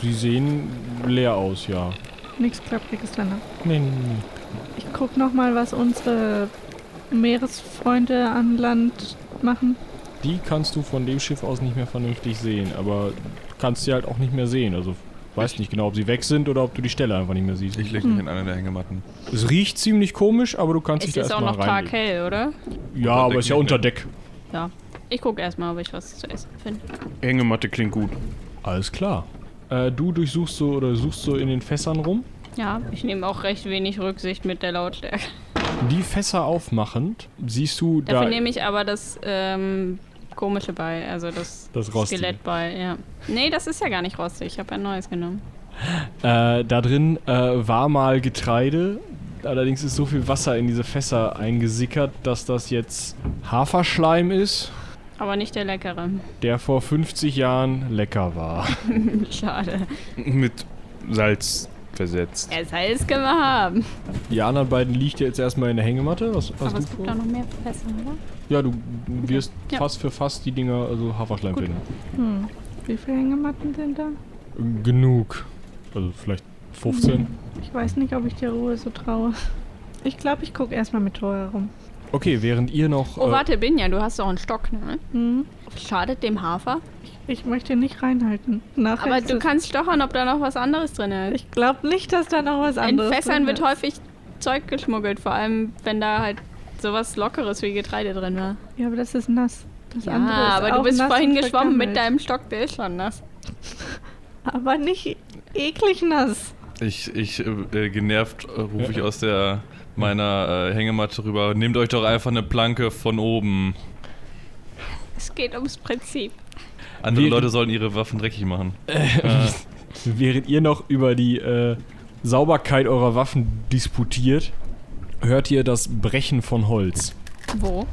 sie sehen leer aus, ja.
Nichts Klappriges danach.
Nee, nee, nee.
Ich guck noch mal, was unsere Meeresfreunde an Land machen.
Die kannst du von dem Schiff aus nicht mehr vernünftig sehen, aber kannst sie halt auch nicht mehr sehen. Also weiß nicht genau, ob sie weg sind oder ob du die Stelle einfach nicht mehr siehst.
Ich lege mich in einer der Hängematten.
Es riecht ziemlich komisch, aber du kannst dich
Es
da
ist auch
erstmal
noch
rein.
taghell, oder?
Ja, aber ist ja unter Deck.
Ja. Ich gucke erstmal, ob ich was zu essen finde.
Hängematte klingt gut.
Alles klar. Äh, du durchsuchst so oder suchst so in den Fässern rum.
Ja, ich nehme auch recht wenig Rücksicht mit der Lautstärke.
Die Fässer aufmachend siehst du
Dafür
da.
nehme ich aber das ähm, komische bei, also das,
Das Rostige.
Skelett bei, ja. Nee, das ist ja gar nicht rostig. Ich habe ein neues genommen.
Äh, da drin äh, war mal Getreide. Allerdings ist so viel Wasser in diese Fässer eingesickert, dass das jetzt Haferschleim ist,
Aber nicht der leckere.
der vor 50 Jahren lecker war.
Schade.
Mit Salz versetzt.
Ja, Salz können wir haben.
Die anderen beiden liegt jetzt erstmal in der Hängematte. Was, was
Aber es
du Äh.
gibt auch noch mehr Fässer, oder?
ja, du wirst
Ja.
fast für fast die Dinger, also Haferschleim finden.
Hm. Wie viele Hängematten sind da?
Genug. Also vielleicht 15.
Ich weiß nicht, ob ich der Ruhe so traue. Ich glaube, ich gucke erstmal mit Tor herum.
Okay, während ihr noch.
Oh,
äh,
warte, Binja, du hast doch einen Stock, ne?
Hm.
Schadet dem Hafer?
Ich möchte nicht reinhalten. Nachher
Aber
ist
du
es-
kannst stochern, ob da noch was anderes drin ist.
Ich glaube nicht, dass da noch was
In
anderes
Fässern
drin
wird
ist.
häufig Zeug geschmuggelt, vor allem wenn da halt sowas Lockeres wie Getreide drin war.
Ja, aber das ist nass. Das
Ja,
andere ist
aber du
auch
bist
nass
vorhin
und
geschwommen mit
vergammelt.
deinem Stock, der ist schon nass.
Aber nicht eklig nass.
Ich, ich äh, äh, genervt äh, rufe ich aus der meiner äh, Hängematte rüber. Nehmt euch doch einfach eine Planke von oben.
Es geht ums Prinzip.
Andere
Wir-
Leute sollen ihre Waffen dreckig machen.
Während ihr noch über die äh, Sauberkeit eurer Waffen disputiert, hört ihr das Brechen von Holz.
Wo?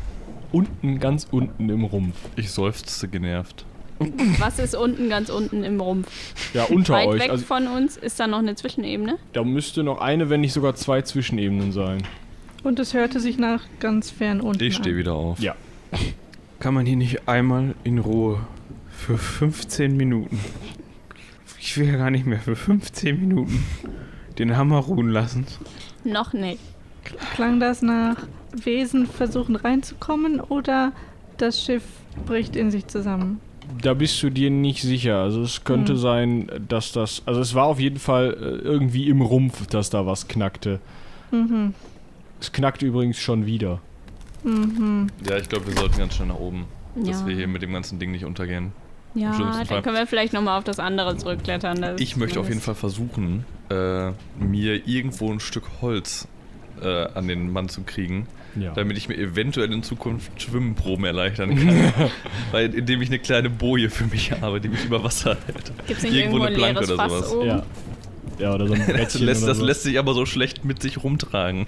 Unten, ganz unten im Rumpf.
Ich seufzte genervt.
Was ist unten, ganz unten im Rumpf?
Ja, unter
Weit
euch.
weg
Also,
von uns ist da noch eine Zwischenebene.
da müsste noch eine, wenn nicht sogar zwei Zwischenebenen sein.
Und es hörte sich nach ganz fern unten
Ich stehe
an.
wieder auf.
Ja.
Kann man hier nicht einmal in Ruhe für 15 Minuten? Ich will ja gar nicht mehr für 15 Minuten den Hammer ruhen lassen.
Noch nicht.
Klang das nach Wesen versuchen reinzukommen oder das Schiff bricht in sich zusammen?
Da bist du dir nicht sicher. Also es könnte
Mhm.
Hm.
sein, dass das. Also es war auf jeden Fall äh, irgendwie im Rumpf, dass da was knackte.
Mhm.
Es knackt übrigens schon wieder.
Mhm.
Ja, ich glaube, wir sollten ganz schnell nach oben, dass
ja,
wir hier mit dem ganzen Ding nicht untergehen. im
ja
schlimmsten Fall.
dann können wir vielleicht nochmal auf das andere zurückklettern. das
Ich möchte auf jeden
zumindest-
Fall versuchen, äh, mir irgendwo ein Stück Holz äh, an den Mann zu kriegen,
Ja.
damit ich mir eventuell in Zukunft Schwimmproben erleichtern kann. Weil indem ich eine kleine Boje für mich habe, die mich über Wasser hält.
Gibt's nicht
irgendwo
irgendwo,
eine
ein
Planke
leeres
oder
Fass
sowas.
oben?
ja. Ja, oder so ein
Das
Brettchen
lässt,
oder
das
so.
lässt sich aber so schlecht mit sich rumtragen.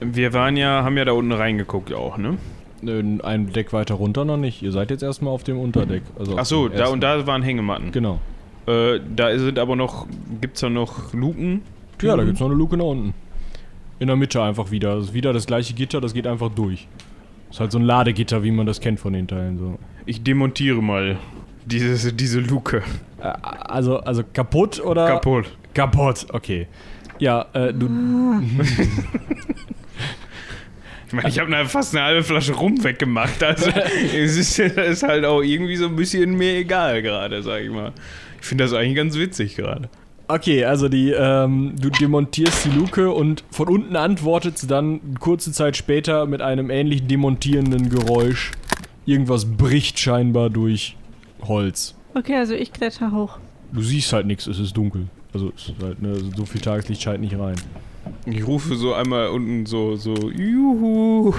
Wir waren ja, haben ja da unten reingeguckt auch, ne?
Nö, Ein Deck weiter runter noch nicht. Ihr seid jetzt erstmal auf dem Unterdeck. Also auf
Ach so,
dem
da
ersten.
und da waren Hängematten.
Genau.
Äh, da sind aber noch, gibt's da noch Luken?
Ja,
Mhm.
da gibt's noch eine Luke nach unten. In der Mitte einfach wieder. Das ist wieder das gleiche Gitter, das geht einfach durch. Ist halt so ein Ladegitter, wie man das kennt von den Teilen. So.
Ich demontiere mal diese, diese Luke.
Also, also kaputt oder?
Kaputt.
Kaputt, okay. Ja, äh, du,
Ich meine, ich habe fast eine halbe Flasche Rum weggemacht. Also es ist, ist halt auch irgendwie so ein bisschen mir egal gerade, sag ich mal. Ich finde das eigentlich ganz witzig gerade.
okay, also die, ähm, du demontierst die Luke und von unten antwortet sie dann kurze Zeit später mit einem ähnlich demontierenden Geräusch. Irgendwas bricht scheinbar durch Holz.
Okay, also ich kletter hoch.
Du siehst halt nichts, es ist dunkel. Also es ist halt, ne, so viel Tageslicht scheint nicht rein.
Ich rufe so einmal unten so, so, juhu.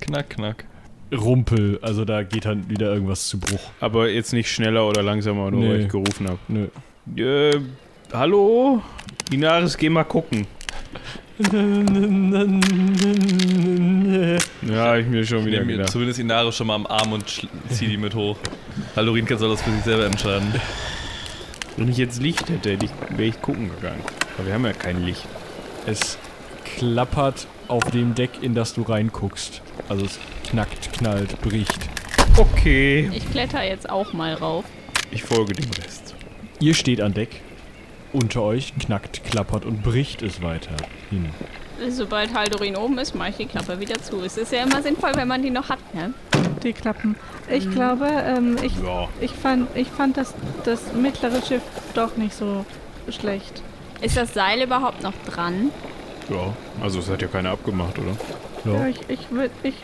Knack, knack.
Rumpel, also da geht halt wieder irgendwas zu Bruch.
Aber jetzt nicht schneller oder langsamer, nur weil
Nee.
ich gerufen habe.
Nö.
Äh, hallo? Inaris, geh mal gucken. Ja, ich mir schon
Ich
wieder
nehme mir
gedacht.
zumindest Inare schon mal am Arm und schl- zieh die mit hoch. Halorinka soll das für sich selber entscheiden.
Wenn ich jetzt Licht hätte, hätte ich- wäre ich gucken gegangen. Aber wir haben ja kein Licht.
Es klappert auf dem Deck, in das du reinguckst. Also es knackt, knallt, bricht.
Okay.
Ich kletter jetzt auch mal rauf.
Ich folge dem Rest.
Ihr steht an Deck. Unter euch knackt, klappert und bricht es weiter hin.
Sobald Haldorin oben ist, mache ich die Klappe wieder zu. Es ist ja immer sinnvoll, wenn man die noch hat, ne?
Die Klappen.
Mhm.
Ich glaube, ähm, ich,
Ja.
ich fand, ich fand das, das mittlere Schiff doch nicht so schlecht.
Ist das Seil überhaupt noch dran?
Ja. Also es hat ja keiner abgemacht, oder?
Ja, ich ich, würd- ich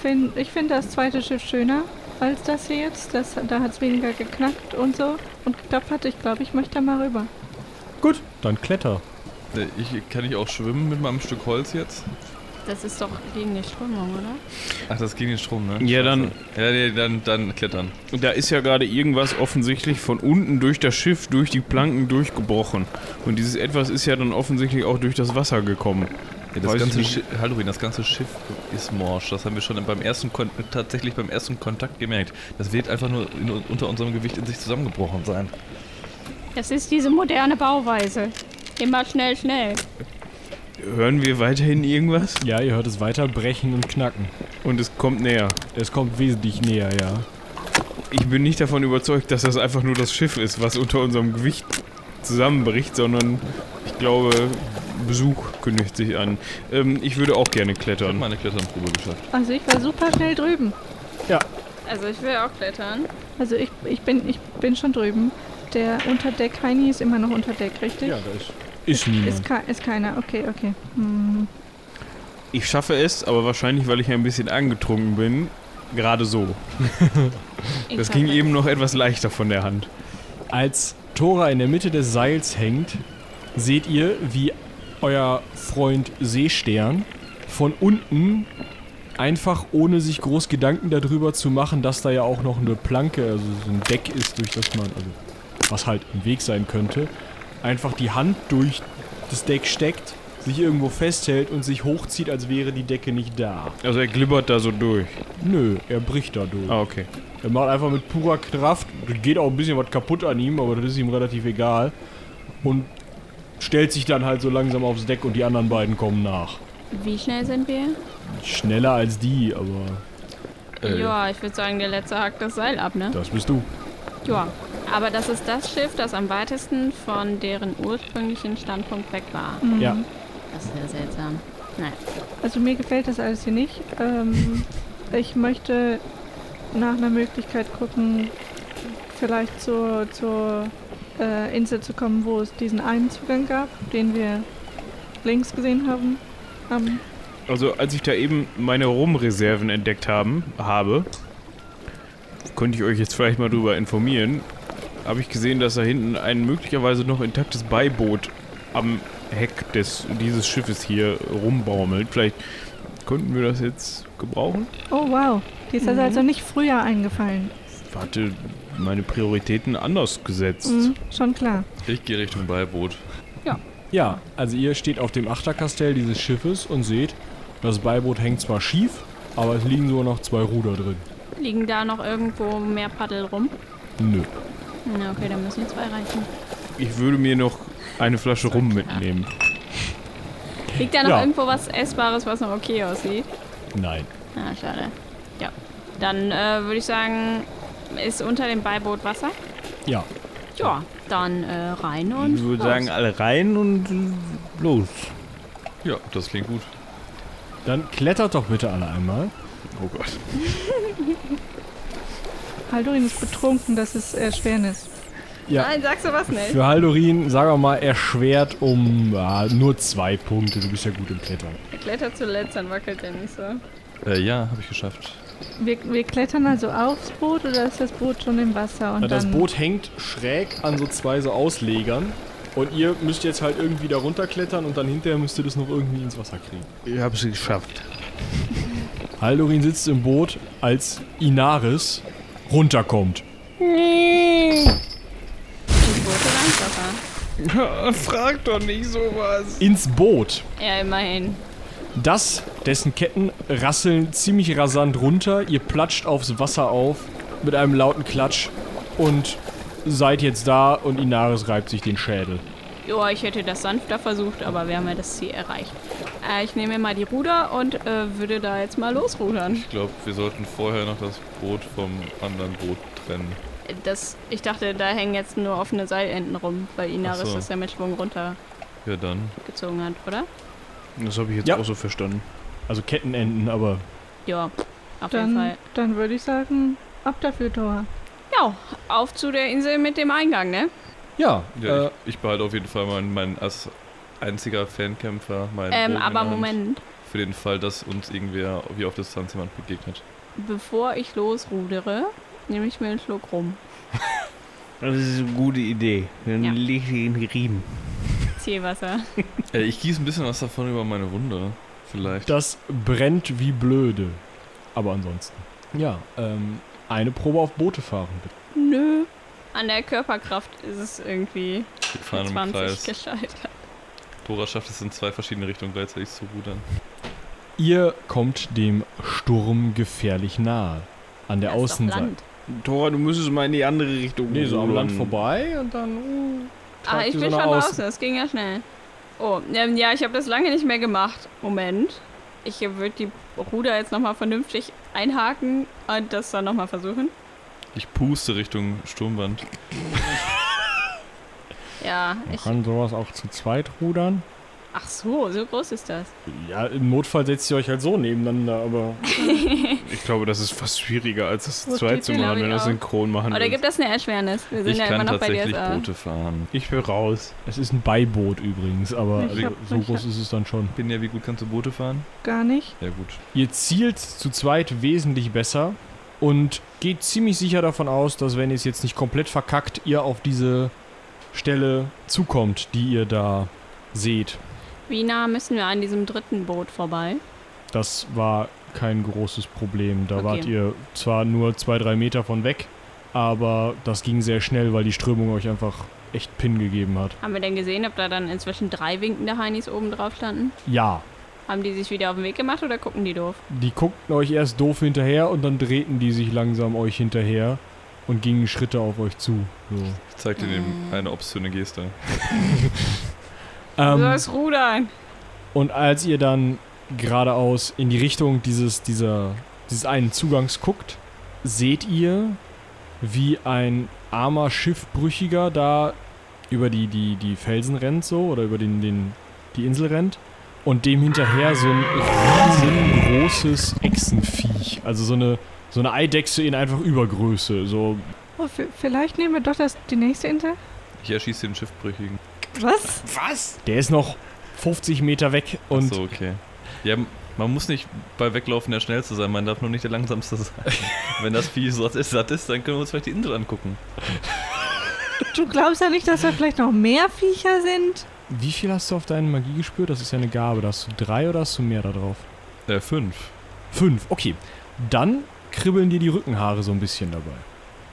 finde ich find das zweite Schiff schöner als das hier jetzt. Das, da hat es weniger geknackt und so und geklappert. Ich glaube, ich möchte da mal rüber.
Gut, dann kletter.
Äh, Ich, kann ich auch schwimmen mit meinem Stück Holz jetzt?
Das ist doch gegen die Strömung, oder?
Ach, das ging den Strom, ne?
Ja, dann-
Scheiße. Ja, nee, dann, dann klettern.
Da ist ja gerade irgendwas offensichtlich von unten durch das Schiff, durch die Planken durchgebrochen. Und dieses Etwas ist ja dann offensichtlich auch durch das Wasser gekommen.
Ja,
Weiß
das
ich
ganze
nicht.
Schiff, Halloween, das ganze Schiff ist morsch. Das haben wir schon beim ersten Kon tatsächlich beim ersten Kontakt gemerkt. Das wird einfach nur in, unter unserem Gewicht in sich zusammengebrochen sein.
Das ist diese moderne Bauweise. Immer schnell, schnell.
Hören wir weiterhin irgendwas?
Ja, ihr hört es weiter brechen und knacken.
Und es kommt näher.
Es kommt wesentlich näher, ja.
Ich bin nicht davon überzeugt, dass das einfach nur das Schiff ist, was unter unserem Gewicht zusammenbricht, sondern ich glaube, Besuch kündigt sich an. Ähm, ich würde auch gerne
Ich habe
klettern.
meine Kletternprobe geschafft.
Also ich war super schnell drüben.
Also ich will auch klettern.
Also ich, ich, bin, ich bin schon drüben. Der Unterdeck Heini ist immer noch unter Deck, richtig?
da ist. Ist niemand.
Ist, ke ist keiner, okay, okay. Hm.
Ich schaffe es, aber wahrscheinlich, weil ich ein bisschen angetrunken bin, gerade so.
Ich
Das
kann-
ging eben noch etwas leichter von der Hand.
Als Tora in der Mitte des Seils hängt, seht ihr, wie euer Freund Seestern von unten einfach ohne sich groß Gedanken darüber zu machen, dass da ja auch noch eine Planke, also so ein Deck ist, durch das man, also was halt im Weg sein könnte, einfach die Hand durch das Deck steckt, sich irgendwo festhält und sich hochzieht, als wäre die Decke nicht da.
Also er glibbert da so durch.
Nö, er bricht dadurch.
Ah, okay.
Er macht einfach mit purer Kraft, geht auch ein bisschen was kaputt an ihm, aber das ist ihm relativ egal. Und stellt sich dann halt so langsam aufs Deck und die anderen beiden kommen nach.
Wie schnell sind wir?
Schneller als die, aber Äh.
Ja, ich würde sagen, der letzte hakt das Seil ab, ne?
das bist du.
Ja. Aber das ist das Schiff, das am weitesten von deren ursprünglichen Standpunkt weg war.
Ja.
Das ist ja seltsam. Nein.
Also mir gefällt das alles hier nicht. Ähm, ich möchte nach einer Möglichkeit gucken, vielleicht zur, zur äh, Insel zu kommen, wo es diesen einen Zugang gab, den wir links gesehen haben. Ähm, Am-
Also als ich da eben meine Rumreserven entdeckt haben, habe, könnte ich euch jetzt vielleicht mal drüber informieren, habe ich gesehen, dass da hinten ein möglicherweise noch intaktes Beiboot am Heck des, dieses Schiffes hier rumbaumelt. Vielleicht könnten wir das jetzt gebrauchen?
oh wow, die ist also,
Mhm.
also nicht früher eingefallen.
Ich hatte meine Prioritäten anders gesetzt.
Mhm, schon klar.
Ich gehe Richtung Beiboot.
Ja, also ihr steht auf dem Achterkastell dieses Schiffes und seht, das Beiboot hängt zwar schief, Aber es liegen sogar noch zwei Ruder drin.
Liegen da noch irgendwo mehr Paddel rum?
Nö.
Na okay, dann müssen jetzt zwei reichen.
Ich würde mir noch eine Flasche Rum mitnehmen.
Liegt da noch
Ja.
irgendwo was Essbares, was noch okay aussieht?
Nein.
Na, schade. Ja. Dann äh, würde ich sagen, ist unter dem Beiboot Wasser?
Ja.
Ja, dann äh, rein und.
Ich würde
raus.
sagen, alle rein und äh, los.
Ja, das klingt gut.
Dann klettert doch bitte alle einmal.
Oh Gott.
Haldurin ist betrunken, das ist Erschwernis.
Ja.
Nein, sagst du was nicht?
Für Haldorin, sagen wir mal, erschwert um ja, nur zwei Punkte. Du bist ja gut im Klettern.
Er klettert zuletzt, dann wackelt er nicht so.
Äh, ja, habe ich geschafft.
Wir, wir klettern also aufs Boot oder ist das Boot schon im Wasser? Und
das
dann
Boot hängt schräg an so zwei so Auslegern. Und ihr müsst jetzt halt irgendwie da runterklettern und dann hinterher müsst ihr das noch irgendwie ins Wasser kriegen.
Ich habe es geschafft.
Haldorin sitzt im Boot, als Inaris runterkommt.
Das Boot oder ins Wasser?
Frag doch nicht sowas.
Ins Boot.
Ja, immerhin.
Das, dessen Ketten rasseln ziemlich rasant runter. Ihr platscht aufs Wasser auf mit einem lauten Klatsch und seid jetzt da und Inaris reibt sich den Schädel.
Joa, ich hätte das sanfter versucht, aber wir haben ja das Ziel erreicht. Äh, ich nehme mir mal die Ruder und äh, würde da jetzt mal losrudern.
Ich glaube, wir sollten vorher noch das Boot vom anderen Boot trennen.
Das, ich dachte, da hängen jetzt nur offene Seilenden rum, weil Inaris
Ach so.
das ja mit Schwung runtergezogen
Ja, dann.
hat, oder?
Das habe ich jetzt
Ja.
auch so verstanden.
Also Kettenenden, aber
Ja, auf jeden
dann,
Fall.
dann würde ich sagen, ab dafür, Tor.
Ja, auf zu der Insel mit dem Eingang, ne?
ja.
Ja,
äh,
ich, ich behalte auf jeden Fall meinen, meinen als einziger Fankämpfer, meinen
Ähm,
Bogen in
aber
der Hand.
Moment,
Für den Fall, dass uns irgendwer wie auf Distanz jemand begegnet.
bevor ich losrudere, nehme ich mir einen Schluck rum.
Das ist eine gute Idee. Dann
Ja.
leg ich in den Riemen.
Zielwasser.
Äh, ich gieße ein bisschen was davon über meine Wunde. Vielleicht.
das brennt wie blöde. Aber ansonsten. Ja, ähm, eine Probe auf Boote fahren, bitte.
Nö. An der Körperkraft ist es irgendwie
Wir fahren im
20
Kreis.
gescheitert.
Dora schafft es in zwei verschiedene Richtungen gleichzeitig zu rudern.
Ihr kommt dem Sturm gefährlich nahe. An der
Da ist doch
Außenseite.
Land.
Tora, du müsstest mal in die andere Richtung.
Nee, so am
rudern.
Land vorbei und dann. Uh,
Ah,
tragt
ich
ihr
bin
so
schon
nach
draußen, das ging ja schnell. Oh, ähm, ja, ich habe das lange nicht mehr gemacht. Moment. Ich würde die Ruder jetzt nochmal vernünftig einhaken und das dann nochmal versuchen.
Ich puste Richtung Sturmwand.
Ja, ich.
Kann sowas auch zu zweit rudern?
Ach so, so groß ist das.
Ja, im Notfall setzt ihr euch halt so nebeneinander, aber.
Ich glaube, das ist fast schwieriger, als das
Wo
zwei
steht
zu
die, glaub
machen,
ich,
wenn das
auch?
synchron machen
Oder
willst.
gibt das eine Erschwernis? Wir sind
Ich
ja immer
kann
noch bei äh,
tatsächlich
DSA.
Boote fahren.
Ich will raus.
Es ist ein Beiboot übrigens, aber
Ich hab-
so
ich
groß ist es dann schon.
Bin ja, wie gut kannst du Boote fahren?
Gar nicht.
Ja, gut.
Ihr zielt zu zweit wesentlich besser und geht ziemlich sicher davon aus, dass wenn ihr es jetzt nicht komplett verkackt, ihr auf diese Stelle zukommt, die ihr da seht.
Wie nah müssen wir an diesem dritten Boot vorbei?
Das war kein großes Problem. Da
Okay.
wart ihr zwar nur zwei, drei Meter von weg, aber das ging sehr schnell, weil die Strömung euch einfach echt Pin gegeben hat.
Haben wir denn gesehen, ob da dann inzwischen drei winkende Heinis oben drauf standen?
Ja,
Haben die sich wieder auf den Weg gemacht oder gucken die doof?
Die guckten euch erst doof hinterher und dann drehten die sich langsam euch hinterher und gingen Schritte auf euch zu. So.
Ich zeig dir dem eine obszöne Geste.
Du
Ähm,
sollst rudern.
und als ihr dann geradeaus in die Richtung dieses, dieser, dieses einen Zugangs guckt, seht ihr, wie ein armer Schiffbrüchiger da über die, die, die Felsen rennt so oder über den, den, die Insel rennt und dem hinterher so ein riesengroßes Echsenviech, also so eine, so eine Eidechse in einfach Übergröße, so
Oh, vi- vielleicht nehmen wir doch das, die nächste Insel.
Ich erschieße den Schiffbrüchigen.
Was?
Was?
Der ist noch 50 Meter weg und
Achso, okay. Ja, m- man muss nicht bei Weglaufen der Schnellste sein, man darf nur nicht der Langsamste sein. Wenn das Vieh satt ist, satt ist, dann können wir uns vielleicht die Insel angucken.
Du glaubst ja nicht, dass da vielleicht noch mehr Viecher sind?
wie viel hast du auf deinen Magie gespürt? Das ist ja eine Gabe. Da hast du drei oder hast du mehr da drauf?
Äh, fünf.
Fünf, okay. Dann kribbeln dir die Rückenhaare so ein bisschen dabei.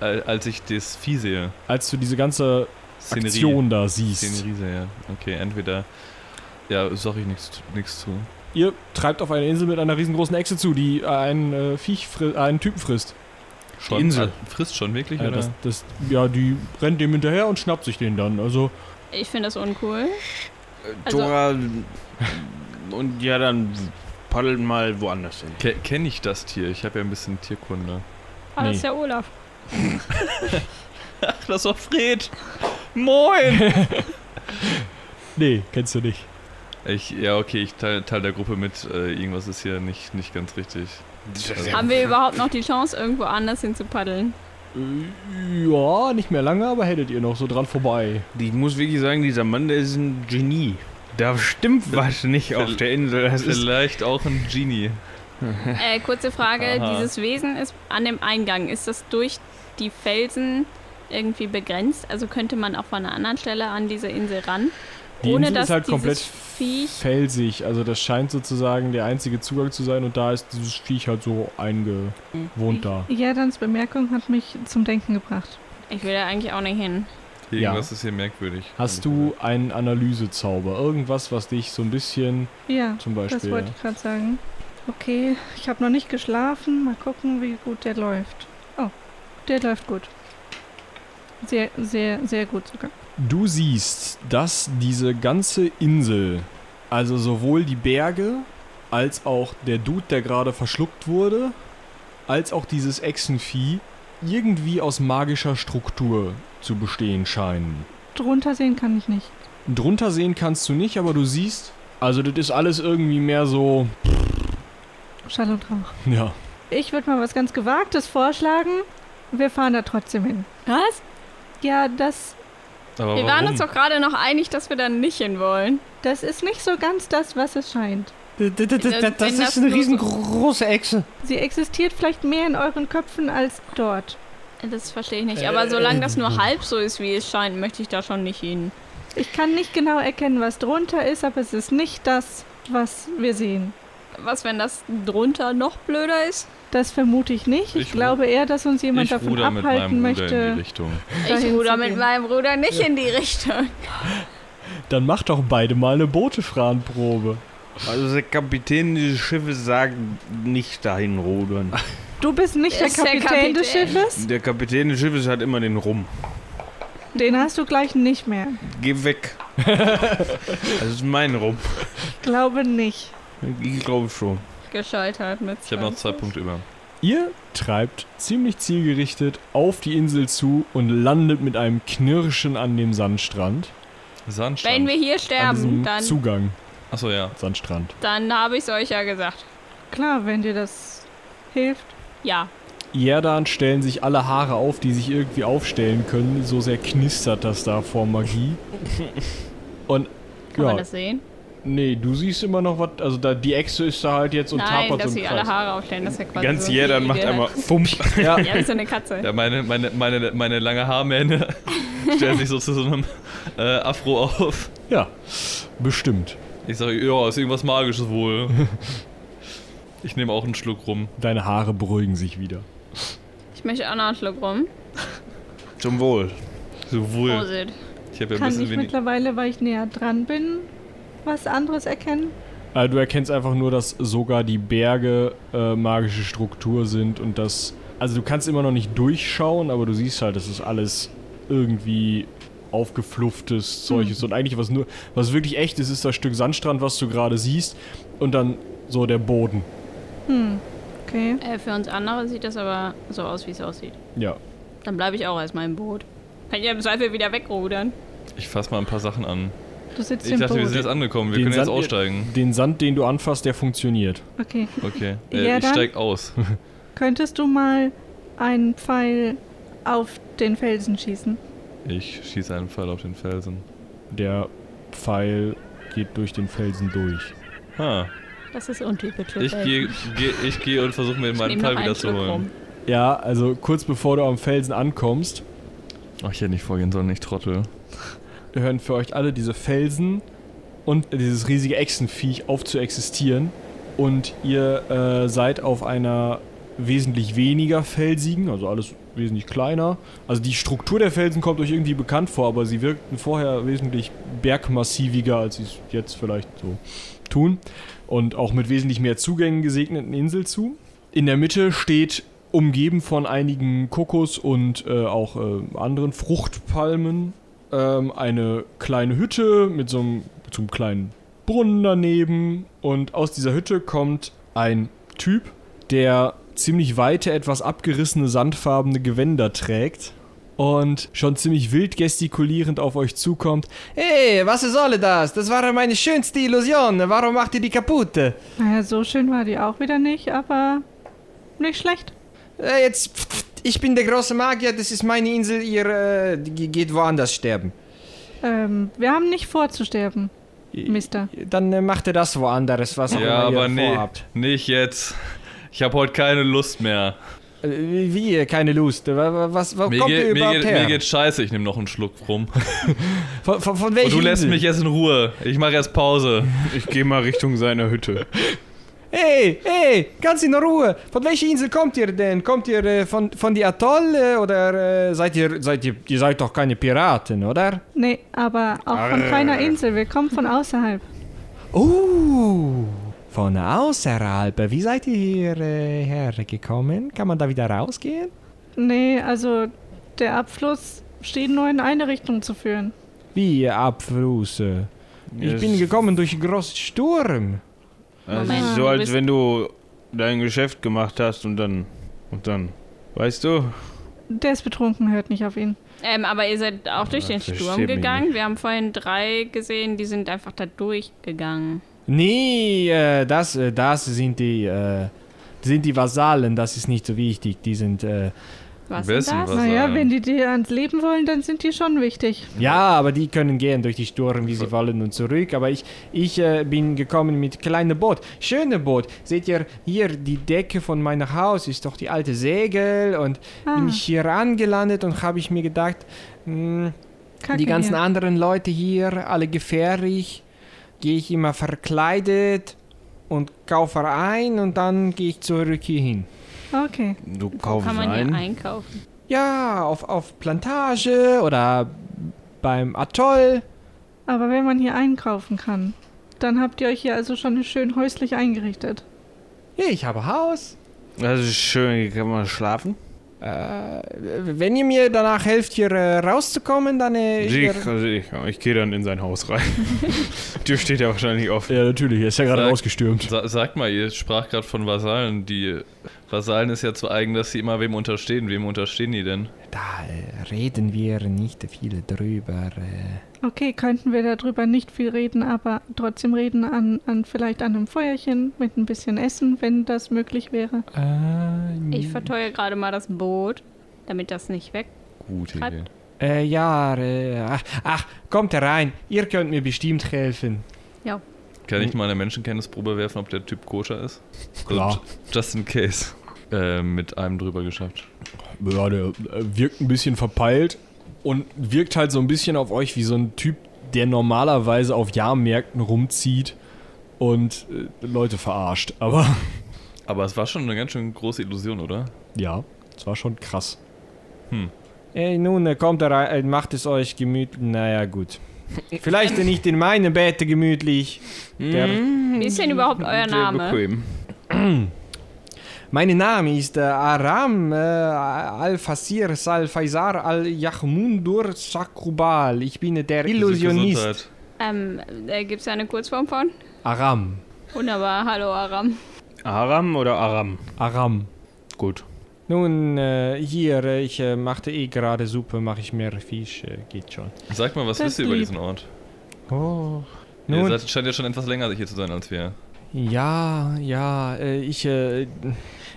Al- Als ich das Vieh sehe.
Als du diese ganze
Szenerie.
Aktion da siehst.
Szenerie sehe, ja. Okay, entweder. Ja, sag ich nichts nichts zu.
Ihr treibt auf eine Insel mit einer riesengroßen Echse zu, die einen, äh, Viech fri- einen Typen frisst.
Schon,
Insel.
Ah, frisst schon wirklich,
Äh,
oder?
das, das, ja, die rennt dem hinterher und schnappt sich den dann. Also,
Ich finde das uncool. Also-
Dora und ja, dann paddelt mal woanders hin.
Ke Kenne ich das Tier? Ich habe ja ein bisschen Tierkunde.
Ah,
Nee.
das ist ja Olaf.
Ach, das war Fred. Moin.
nee, kennst du nicht.
ich, ja, okay, ich teile teil der Gruppe mit. Äh, irgendwas ist hier nicht, nicht ganz richtig.
Haben wir überhaupt noch die Chance, irgendwo anders hin zu paddeln?
Äh, Ja, nicht mehr lange, aber hättet ihr noch so dran vorbei.
Ich muss wirklich sagen, dieser Mann, der ist ein Genie.
Da stimmt was nicht auf
Vill-
der Insel. Das ist
Vielleicht auch ein Genie.
Äh, kurze Frage,
Aha.
dieses Wesen ist an dem Eingang. Ist das durch die Felsen irgendwie begrenzt? Also könnte man auch von einer anderen Stelle an diese Insel ran?
Die
Ohne
Insel
dass
ist halt
dieses
komplett
Viech-
felsig. Also, das scheint sozusagen der einzige Zugang zu sein und da ist dieses Viech halt so eingewohnt da.
Jerdans Bemerkung hat mich zum Denken gebracht.
Ich will da eigentlich auch nicht hin.
Irgendwas ist hier merkwürdig.
Hast du einen Analysezauber? Irgendwas, was dich so ein bisschen
Ja,
zum
das
Beispiel.
wollte ich gerade sagen. Okay, ich habe noch nicht geschlafen. Mal gucken, wie gut der läuft. Oh, der läuft gut. Sehr, sehr, sehr gut sogar.
Du siehst, dass diese ganze Insel, also sowohl die Berge als auch der Dude, der gerade verschluckt wurde, als auch dieses Echsenvieh irgendwie aus magischer Struktur zu bestehen scheinen.
Drunter sehen kann ich nicht.
Drunter sehen kannst du nicht, aber du siehst, also das ist alles irgendwie mehr so,
Schall und Rauch.
ja,
Ich würde mal was ganz Gewagtes vorschlagen. Wir fahren da trotzdem hin.
Was?
Ja, das,
Aber
wir waren
warum?
uns doch gerade noch einig, dass wir da nicht hin wollen.
das ist nicht so ganz das, was es scheint.
das Wenn ist das eine nur so-
riesengroße Echse.
Sie existiert vielleicht mehr in euren Köpfen als dort.
Das verstehe ich nicht. Aber solange das nur halb so ist, wie es scheint, möchte ich da schon nicht hin.
Ich kann nicht genau erkennen, was drunter ist, aber es ist nicht das, was wir sehen.
Was, wenn das drunter noch blöder ist?
Das vermute ich nicht. Ich,
Ich ru-
glaube eher, dass uns jemand
ich
davon
ruder mit
abhalten
meinem Ruder in die
möchte.
Richtung.
Ich
Dahin
ruder
zu
mit
gehen.
meinem Ruder nicht in die Richtung.
dann mach doch beide mal eine Boote-Franprobe.
Also der Kapitän dieses Schiffes sagt, nicht dahin rudern.
Du bist nicht
Er
der
ist der
Kapitän, des
Kapitän.
Schiffes.
Der Kapitän des Schiffes hat immer den Rum.
Den hast du gleich nicht mehr.
Geh weg. das ist mein Rum.
Glaube nicht.
Ich glaube schon.
Gescheitert mit
Ich habe noch zwei Punkte über.
Ihr treibt ziemlich zielgerichtet auf die Insel zu und landet mit einem Knirschen an dem Sandstrand.
Sandstein.
Wenn wir hier
an
sterben,
diesem
dann,
Zugang.
Achso, ja.
Sandstrand.
dann habe ich es euch ja gesagt.
Klar, wenn dir das hilft.
Ja.
Jerdan stellen sich alle Haare auf, die sich irgendwie aufstellen können. So sehr knistert das da vor Magie. Und
Kann man
ja,
das sehen?
nee, du siehst immer noch was. Also da, die Echse ist da halt jetzt und
Nein,
tapert
dass
so im
sie alle
Kreis.
Haare aufstellen, das ist ja quasi
ganz
so
jeder
wie
macht
der-
einmal Fump.
Ja, wie so eine Katze.
Ja, meine, meine, meine, meine lange Haarmähne stellen sich so zu so einem äh, Afro auf.
Ja, bestimmt.
Ich sage, ja, ist irgendwas Magisches wohl. Ich nehme auch einen Schluck rum.
Deine Haare beruhigen sich wieder.
Ich möchte auch noch einen Schluck rum.
Zum Wohl.
Sowohl.
Prosit.
Ich habe ja ein
Kann ich
bisschen wenig.
mittlerweile, weil ich näher dran bin, was anderes erkennen?
Äh, du erkennst einfach nur, dass sogar die Berge äh, magische Struktur sind und dass. Also du kannst immer noch nicht durchschauen, aber du siehst halt, dass es alles irgendwie
Hm.
aufgeflufftes Zeug ist. Und eigentlich, was nur, was wirklich echt ist, ist das Stück Sandstrand, was du gerade siehst, und dann so der Boden.
Okay.
Äh, für uns andere sieht das aber so aus, wie es aussieht.
Ja.
Dann bleibe ich auch erstmal im Boot. Kann ich ja im Zweifel wieder wegrudern.
Ich fasse mal ein paar Sachen an.
Du sitzt
Ich
im
dachte, wir sind
Boot.
jetzt angekommen. Wir
Den
können jetzt
Sand-
aussteigen.
Den Sand, den du anfasst, der funktioniert.
Okay.
Okay. Äh,
Ja,
ich
dann-
steig aus.
Könntest du mal einen Pfeil auf den Felsen schießen?
Ich schieße einen Pfeil auf den Felsen.
Der Pfeil geht durch den Felsen durch.
Ah,
Das ist untypisch.
ich gehe geh, ich geh und versuche mir meinen Pfeil wieder zu holen.
Ja, also kurz bevor du am Felsen ankommst,
Ach, Oh, ich hätte nicht vorgehen sollen, ich Trottel.
hören für euch alle diese Felsen und dieses riesige Echsenviech auf zu existieren. Und ihr äh, seid auf einer wesentlich weniger felsigen, also alles
wesentlich kleiner. Also die Struktur der Felsen kommt euch irgendwie bekannt vor, aber sie wirkten vorher wesentlich bergmassiviger, als sie es jetzt vielleicht so tun. Und auch mit wesentlich mehr Zugängen gesegneten Insel zu. In der Mitte steht, umgeben von einigen Kokos und äh, auch äh, anderen Fruchtpalmen, ähm, eine kleine Hütte mit so einem, mit so einem kleinen Brunnen daneben. Und aus dieser Hütte kommt ein Typ, der ziemlich weite, etwas abgerissene, sandfarbene Gewänder trägt. Und schon ziemlich wild gestikulierend auf euch zukommt.
Hey, was soll das? Das war meine schönste Illusion. Warum macht ihr die kaputt? Äh,
Naja, so schön war die auch wieder nicht, aber nicht schlecht.
Äh, Jetzt, pft, pft, ich bin der große Magier, das ist meine Insel, ihr äh, ge- geht woanders sterben.
Ähm, wir haben nicht vor zu sterben, Mister.
Dann äh, macht ihr das woanders, was auch
Ja,
immer ihr
aber nee,
vorhabt.
nicht jetzt. Ich habe heute keine Lust mehr.
Äh, wie- Wie, ihr? keine Lust? Wa- wa- Was, wo
Mir,
kommt ihr
geht, mir,
überhaupt
geht,
her?
mir geht scheiße, ich nehme noch einen Schluck rum.
von, von, von
Und
welcher
du lässt
Insel?
mich jetzt in Ruhe. Ich mache erst Pause.
Ich gehe mal Richtung seiner Hütte.
Hey, hey, ganz in Ruhe. Von welcher Insel kommt ihr denn? Kommt ihr äh, von, von die Atoll äh, oder äh, seid ihr, seid ihr, ihr seid doch keine Piraten, oder?
Nee, aber auch von keiner Insel. Wir kommen von außerhalb.
Uh, von außerhalb. Wie seid ihr hier äh, hergekommen? Kann man da wieder rausgehen?
Nee, also der Abfluss steht nur in eine Richtung zu führen.
Wie, ihr Abflusse? Ich
Es-
bin gekommen durch einen großen Sturm.
Also
Moment,
so,
du
als
bist-
wenn du dein Geschäft gemacht hast und dann. Und dann. Weißt du?
Der ist betrunken, hört nicht auf ihn.
Ähm, aber ihr seid auch durch den
versteht
Sturm
mich
gegangen. Wir haben vorhin drei gesehen, die sind einfach da durchgegangen.
Nee, äh, das, äh, das sind die, äh, sind die Vasallen, das ist nicht so wichtig. Die sind, äh,
Was
Wer
ist
ist denn
das?
was?
naja,
ähm,
wenn die dir ans Leben wollen, dann sind die schon wichtig.
Ja, aber die können gehen durch die Sturm, wie sie wollen und zurück. Aber ich, ich äh, bin gekommen mit kleinem Boot. Schöne Boot. Seht ihr, hier die Decke von meinem Haus ist doch die alte Segel. Und
Ah,
bin ich hier angelandet und habe ich mir gedacht, mh,
Kacke
die ganzen
hier.
anderen Leute hier, alle gefährlich. Gehe ich immer verkleidet und kaufe ein und dann gehe ich zurück hierhin.
Okay.
Du
Wo
kaufst
kann man
ein.
hier einkaufen?
Ja, auf, auf Plantage oder beim Atoll.
Aber wenn man hier einkaufen kann, dann habt ihr euch hier also schon schön häuslich eingerichtet.
Ich habe Haus.
Das ist schön, hier kann man schlafen.
Äh, wenn ihr mir danach helft, hier äh, rauszukommen, dann. Äh, ich
Ich,
wär-
also ich, ich gehe dann in sein Haus rein. Tür steht ja wahrscheinlich offen.
Ja, natürlich, er ist ja gerade
Sag-
rausgestürmt.
Sa sagt mal, ihr sprach gerade von Vasallen. Die Vasallen ist ja zu eigen, dass sie immer wem unterstehen. Wem unterstehen die denn?
da äh, reden wir nicht viel drüber. Äh.
Okay, könnten wir darüber nicht viel reden, aber trotzdem reden an, an vielleicht an einem Feuerchen mit ein bisschen Essen, wenn das möglich wäre.
Ich verteue gerade mal das Boot, damit das nicht weg.
Gute Idee.
Äh, ja, äh, ach, ach, kommt herein. Ihr könnt mir bestimmt helfen.
Kann
Hm.
ich mal eine Menschenkenntnisprobe werfen, ob der Typ koscher ist?
Klar.
Also, Just in case. Äh, mit einem drüber geschafft.
Ja, der äh, wirkt ein bisschen verpeilt und wirkt halt so ein bisschen auf euch wie so ein Typ, der normalerweise auf Jahrmärkten rumzieht und äh, Leute verarscht. Aber
Aber es war schon eine ganz schön große Illusion, oder?
ja, es war schon krass. Hm.
Äh, nun, äh, kommt herein, äh, macht es euch gemütlich. Naja, gut. Vielleicht nicht in meinem Bett gemütlich. Der,
Wie ist denn überhaupt euer Name?
Bequem.
Mein Name ist äh, Aram äh, Al-Fasir Sal-Faisar Al-Yahmundur Sakrubal. Ich bin äh, der Illusionist.
Gesundheit.
Ähm, äh, Gibt es eine Kurzform von?
Aram.
Wunderbar, hallo Aram.
Aram oder Aram?
Aram.
Gut.
Nun, äh, hier, äh, ich äh, machte eh gerade Suppe, mache ich mehr Fisch, äh, geht schon.
Sag mal, was
Das
wisst ihr über
lieb.
diesen Ort?
Oh.
ihr
Nun,
seid, scheint ja schon etwas länger hier zu sein als wir.
ja, ja, äh, ich, äh,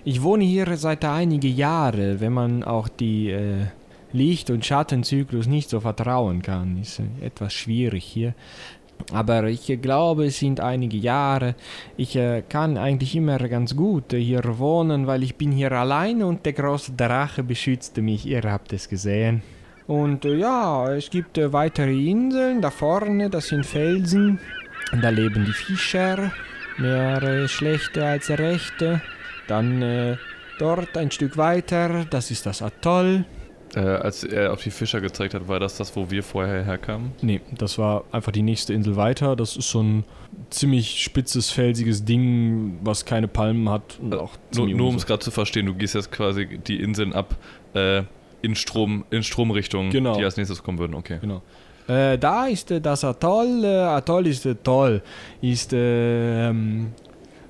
ich wohne hier seit einigen Jahren, wenn man auch die äh, Licht- und Schattenzyklus nicht so vertrauen kann. Ist äh, etwas schwierig hier. Aber ich äh, glaube, es sind einige Jahre. Ich äh, kann eigentlich immer ganz gut äh, hier wohnen, weil ich bin hier alleine und der große Drache beschützte mich. Ihr habt es gesehen. Und äh, ja, es gibt äh, weitere Inseln. Da vorne, das sind Felsen. Da leben die Fischer. Mehr äh, schlechte als rechte. Dann äh, Dort ein Stück weiter, das ist das Atoll.
Äh, als er auf die Fischer gezeigt hat, war das das, wo wir vorher herkamen?
Nee, das war einfach die nächste Insel weiter. Das ist so ein ziemlich spitzes, felsiges Ding, was keine Palmen hat. Und auch
Nur,
ziemlich
nur um
unsicher.
es gerade zu verstehen, du gehst jetzt quasi die Inseln ab äh, in, Strom, in Stromrichtung,
Genau.
die als nächstes kommen würden. Okay.
Genau.
Äh, da ist äh, das Atoll. Äh, Atoll ist äh, toll. Ist äh, ähm,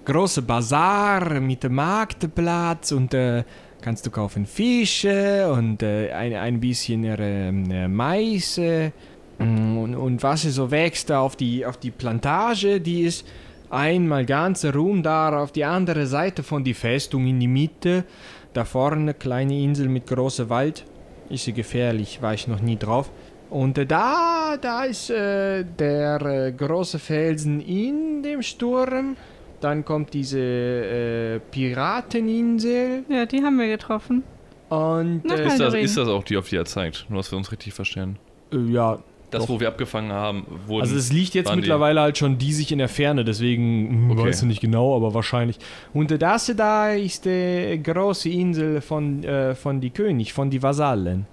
große Bazar mit Marktplatz und äh, kannst du kaufen Fische und äh, ein, ein bisschen äh, ähm, äh, Mais äh, und, und was so wächst da auf die, auf die Plantage. Die ist einmal ganz rum da auf die andere Seite von die Festung in die Mitte. Da vorne kleine Insel mit großer Wald. Ist sie gefährlich, war ich noch nie drauf. Und äh, da, da ist äh, der äh, große Felsen in dem Sturm. Dann kommt diese äh, Pirateninsel.
Ja, die haben wir getroffen.
Und
Nach
äh,
Ist das,
Haldorin.
ist das auch die, auf die er zeigt? Nur, dass wir uns richtig verstehen.
Äh, Ja,
Das,
Doch.
wo wir abgefangen haben, wurden.
also es liegt jetzt
waren
mittlerweile halt schon die sich in der Ferne, deswegen hm,
Okay.
weißt du nicht genau, aber wahrscheinlich.
Und äh, das da ist die große Insel von, äh, von die König, von die Vasallen.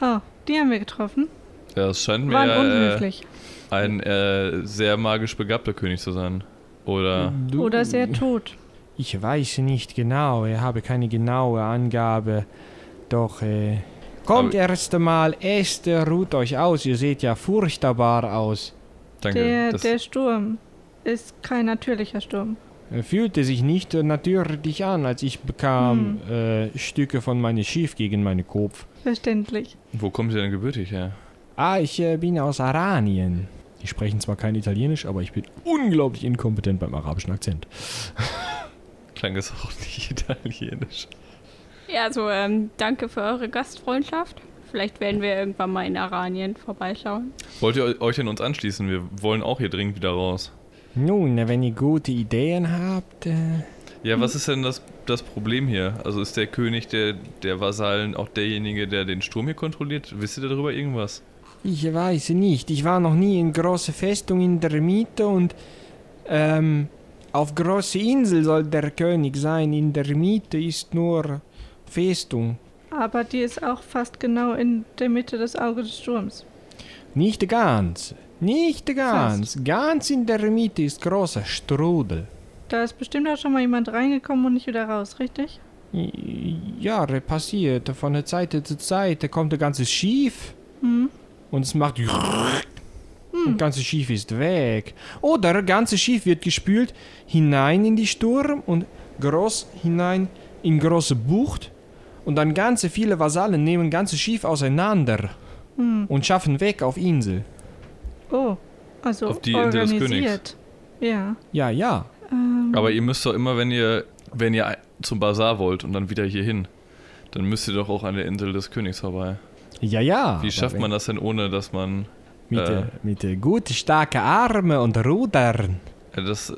Oh, die haben wir getroffen.
Die, ja, es scheint mir
Waren
äh,
unhöflich.
ein äh, sehr magisch begabter König zu sein. Oder.
Oder sehr tot.
Ich weiß nicht genau, ich habe keine genaue Angabe. Doch, äh, kommt erst mal, esst, äh, ruht euch aus, ihr seht ja furchtbar aus.
Danke.
Der,
das,
der Sturm ist kein natürlicher Sturm.
Er fühlte sich nicht äh, natürlich an, als ich bekam äh, Stücke von meinem Schiff gegen meinen Kopf.
Verständlich.
wo kommt ihr denn gebürtig her?
Ah, ich äh, bin aus Aranien.
Die sprechen zwar kein Italienisch, aber ich bin unglaublich inkompetent beim arabischen Akzent.
Klang es auch nicht italienisch.
Ja, also ähm, danke für eure Gastfreundschaft. Vielleicht werden wir irgendwann mal in Aranien vorbeischauen.
Wollt ihr euch an uns anschließen? Wir wollen auch hier dringend wieder raus.
Nun, äh, wenn ihr gute Ideen habt, äh,
Ja, was ist denn das, das Problem hier? Also ist der König der, der Vasallen auch derjenige, der den Sturm hier kontrolliert? Wisst ihr darüber irgendwas?
ich weiß nicht. Ich war noch nie in große Festung in der Mitte und ähm, auf große Insel soll der König sein. In der Mitte ist nur Festung.
Aber die ist auch fast genau in der Mitte des Auges des Sturms.
Nicht ganz. Nicht ganz. Ganz in der Mitte ist großer Strudel.
Da ist bestimmt auch schon mal jemand reingekommen und nicht wieder raus, richtig?
Jahre passiert. Von der Zeit zu Zeit kommt ein ganzes Schiff
Hm.
und es macht. Und das ganze Schiff ist weg. Oder das ganze Schiff wird gespült hinein in die Sturm und groß hinein in große Bucht. Und dann ganze viele Vasallen nehmen ganze Schiff auseinander
Hm.
und schaffen weg auf Insel.
Oh, also
Auf die Insel des
organisiert.
Königs.
Ja.
Ja, ja.
Ähm,
Aber ihr müsst doch immer, wenn ihr, wenn ihr zum Bazar wollt und dann wieder hier hin, dann müsst ihr doch auch an der Insel des Königs vorbei.
Ja, ja.
Wie schafft man das denn ohne, dass man...
Mit,
äh,
äh, mit äh, gut starke Arme und Rudern.
äh, das äh,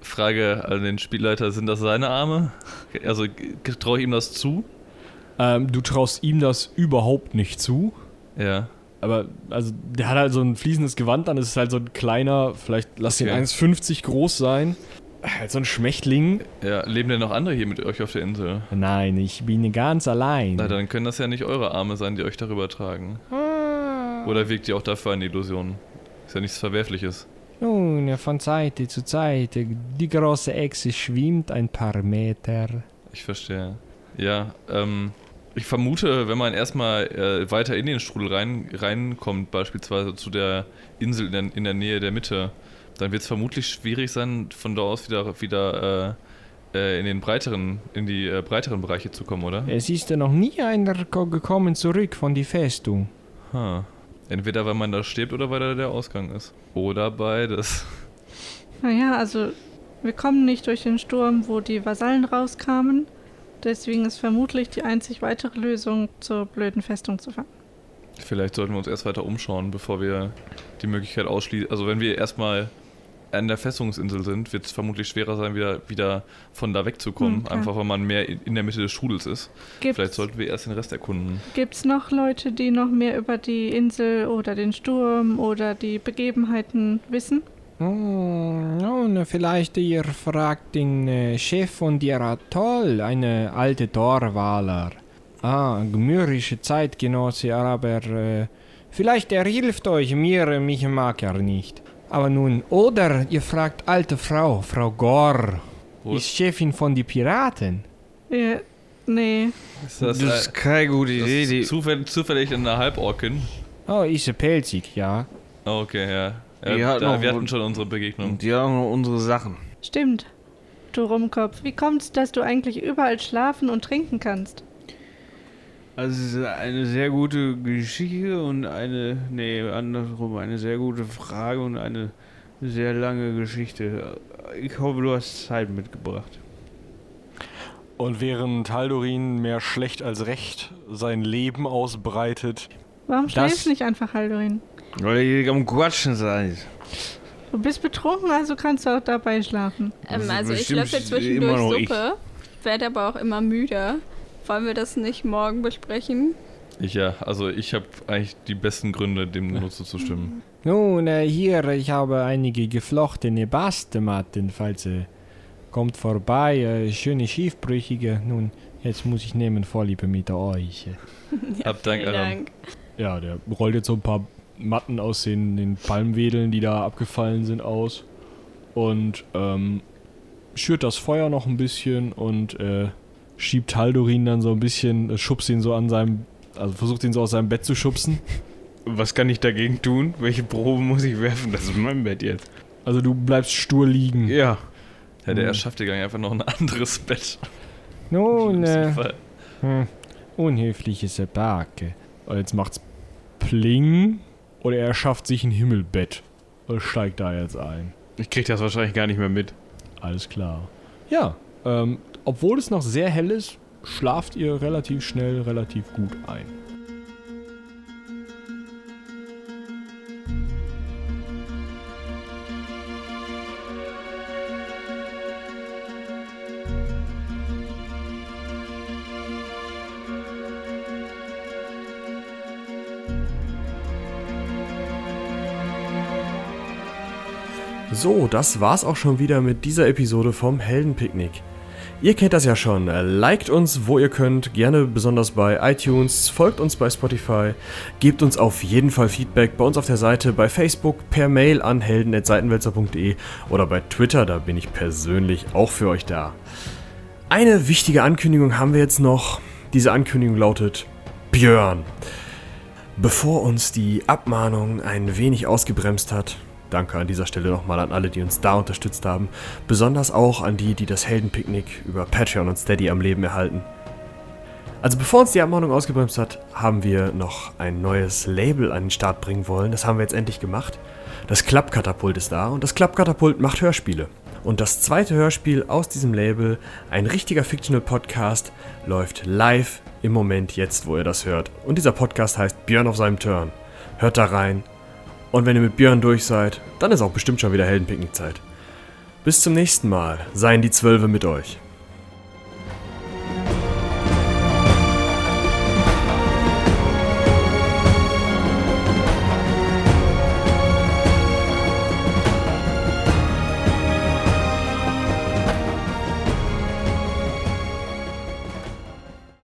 Frage an den Spielleiter, sind das seine Arme? Also traue ich ihm das zu?
Ähm, du traust ihm das überhaupt nicht zu.
Ja.
Aber, also, der hat halt so ein fließendes Gewand an, es ist halt so ein kleiner, vielleicht lass ihn
Okay.
1,50 groß sein. Halt so ein Schmächtling.
Ja, leben denn noch andere hier mit euch auf der Insel?
Nein, ich bin ganz allein.
Hm.
Na, dann können das ja nicht eure Arme sein, die euch darüber tragen. Oder wirkt ihr auch dafür eine Illusion? Ist ja nichts Verwerfliches.
Nun, von Zeit zu Zeit, die große Echse schwimmt ein paar Meter.
Ich verstehe. Ja, ähm, ich vermute, wenn man erstmal äh, weiter in den Strudel rein, reinkommt, beispielsweise zu der Insel in der, in der Nähe der Mitte, dann wird es vermutlich schwierig sein, von da aus wieder, wieder äh, äh, in den breiteren, in die äh, breiteren Bereiche zu kommen, oder?
Es ist noch nie einer ko- gekommen zurück von die Festung.
Hm. Entweder weil man da stirbt oder weil da der Ausgang ist. Oder beides.
naja, also wir kommen nicht durch den Sturm, wo die Vasallen rauskamen. Deswegen ist vermutlich die einzig weitere Lösung, zur blöden Festung zu fahren.
Vielleicht sollten wir uns erst weiter umschauen, bevor wir die Möglichkeit ausschließen. Also wenn wir erstmal an der Festungsinsel sind, wird es vermutlich schwerer sein, wieder, wieder von da wegzukommen.
Hm, klar.
einfach weil man mehr in in der Mitte des Strudels ist. Vielleicht
Gibt's,
sollten wir erst den Rest erkunden.
gibt's noch Leute, die noch mehr über die Insel oder den Sturm oder die Begebenheiten wissen?
Hm, nun, vielleicht ihr fragt den äh, Chef von der Atoll, eine alte Torwaler. Ah, gmürische Zeitgenosse, aber äh, vielleicht er hilft euch, mir, äh, mich mag er nicht. Aber nun, oder ihr fragt alte Frau, Frau Gore,
Wo-
ist Chefin von die Piraten.
Ja, Äh, nee.
Ist das, äh,
keine gute
das ist zufällig, zufällig eine Halborkin.
Oh, ist sie pelzig, ja.
Oh, okay, ja. ja,
Die hat
da,
noch
wir
wohl-
hatten schon unsere Begegnung.
Die haben nur unsere Sachen.
Stimmt. Du Rumkopf, wie kommt's, dass du eigentlich überall schlafen und trinken kannst?
Also es ist eine sehr gute Geschichte und eine, nee, andersrum, eine sehr gute Frage und eine sehr lange Geschichte. Ich hoffe, du hast Zeit mitgebracht.
Und während Haldorin mehr schlecht als recht sein Leben ausbreitet,
Warum schläfst
Das-
du nicht einfach, Haldorin?
Weil ich am Quatschen seid.
Du bist betrunken, also kannst du auch dabei schlafen.
Ähm,
Also
also ich
bestimmt
löffel
immer
zwischendurch
noch ich.
Suppe, werde aber auch immer müder. Wollen wir das nicht morgen besprechen?
Ich ja, also ich habe eigentlich die besten Gründe, dem nur zuzustimmen.
Nun, äh, hier, ich habe einige geflochtene Bastematten, falls äh, kommt vorbei, äh, schöne Schiefbrüchige. Nun, jetzt muss ich nehmen Vorliebe mit euch.
Hab Dank,
Vielen
Aram.
Dank.
Ja, der rollt jetzt so ein paar Matten aus den, den Palmwedeln, die da abgefallen sind, aus. Und ähm, schürt das Feuer noch ein bisschen und äh, schiebt Haldorin dann so ein bisschen, äh, schubst ihn so an seinem, also versucht ihn so aus seinem Bett zu schubsen.
Was kann ich dagegen tun? Welche Probe muss ich werfen? Das ist mein Bett jetzt.
Also du bleibst stur liegen.
Ja.
Ja,
Hm.
der erschafft dir gar nicht einfach noch ein anderes Bett.
Nun, äh,
Fall.
hm, unhöfliches Barke.
Und jetzt macht's Pling oder er schafft sich ein Himmelbett und steigt da jetzt ein.
Ich krieg das wahrscheinlich gar nicht mehr mit.
Alles klar. Ja, ähm, obwohl es noch sehr hell ist, schlaft ihr relativ schnell, relativ gut ein.
So, das war's auch schon wieder mit dieser Episode vom Heldenpicknick. Ihr kennt das ja schon. Liked uns, wo ihr könnt, gerne besonders bei iTunes, folgt uns bei Spotify, gebt uns auf jeden Fall Feedback bei uns auf der Seite, bei Facebook, per Mail an helden.seitenwälzer.de oder bei Twitter, da bin ich persönlich auch für euch da. Eine wichtige Ankündigung haben wir jetzt noch. Diese Ankündigung lautet Björn. Bevor uns die Abmahnung ein wenig ausgebremst hat, danke an dieser Stelle nochmal an alle, die uns da unterstützt haben, besonders auch an die, die das Heldenpicknick über Patreon und Steady am Leben erhalten. Also bevor uns die Abmahnung ausgebremst hat, haben wir noch ein neues Label an den Start bringen wollen. Das haben wir jetzt endlich gemacht. Das Klappkatapult ist da und das Klappkatapult macht Hörspiele. Und das zweite Hörspiel aus diesem Label, ein richtiger Fictional Podcast, läuft live im Moment jetzt, wo ihr das hört. Und dieser Podcast heißt Björn auf seinem Turn. Hört da rein. Und wenn ihr mit Björn durch seid, dann ist auch bestimmt schon wieder Heldenpicknick-Zeit. Bis zum nächsten Mal. Seien die Zwölfe mit euch.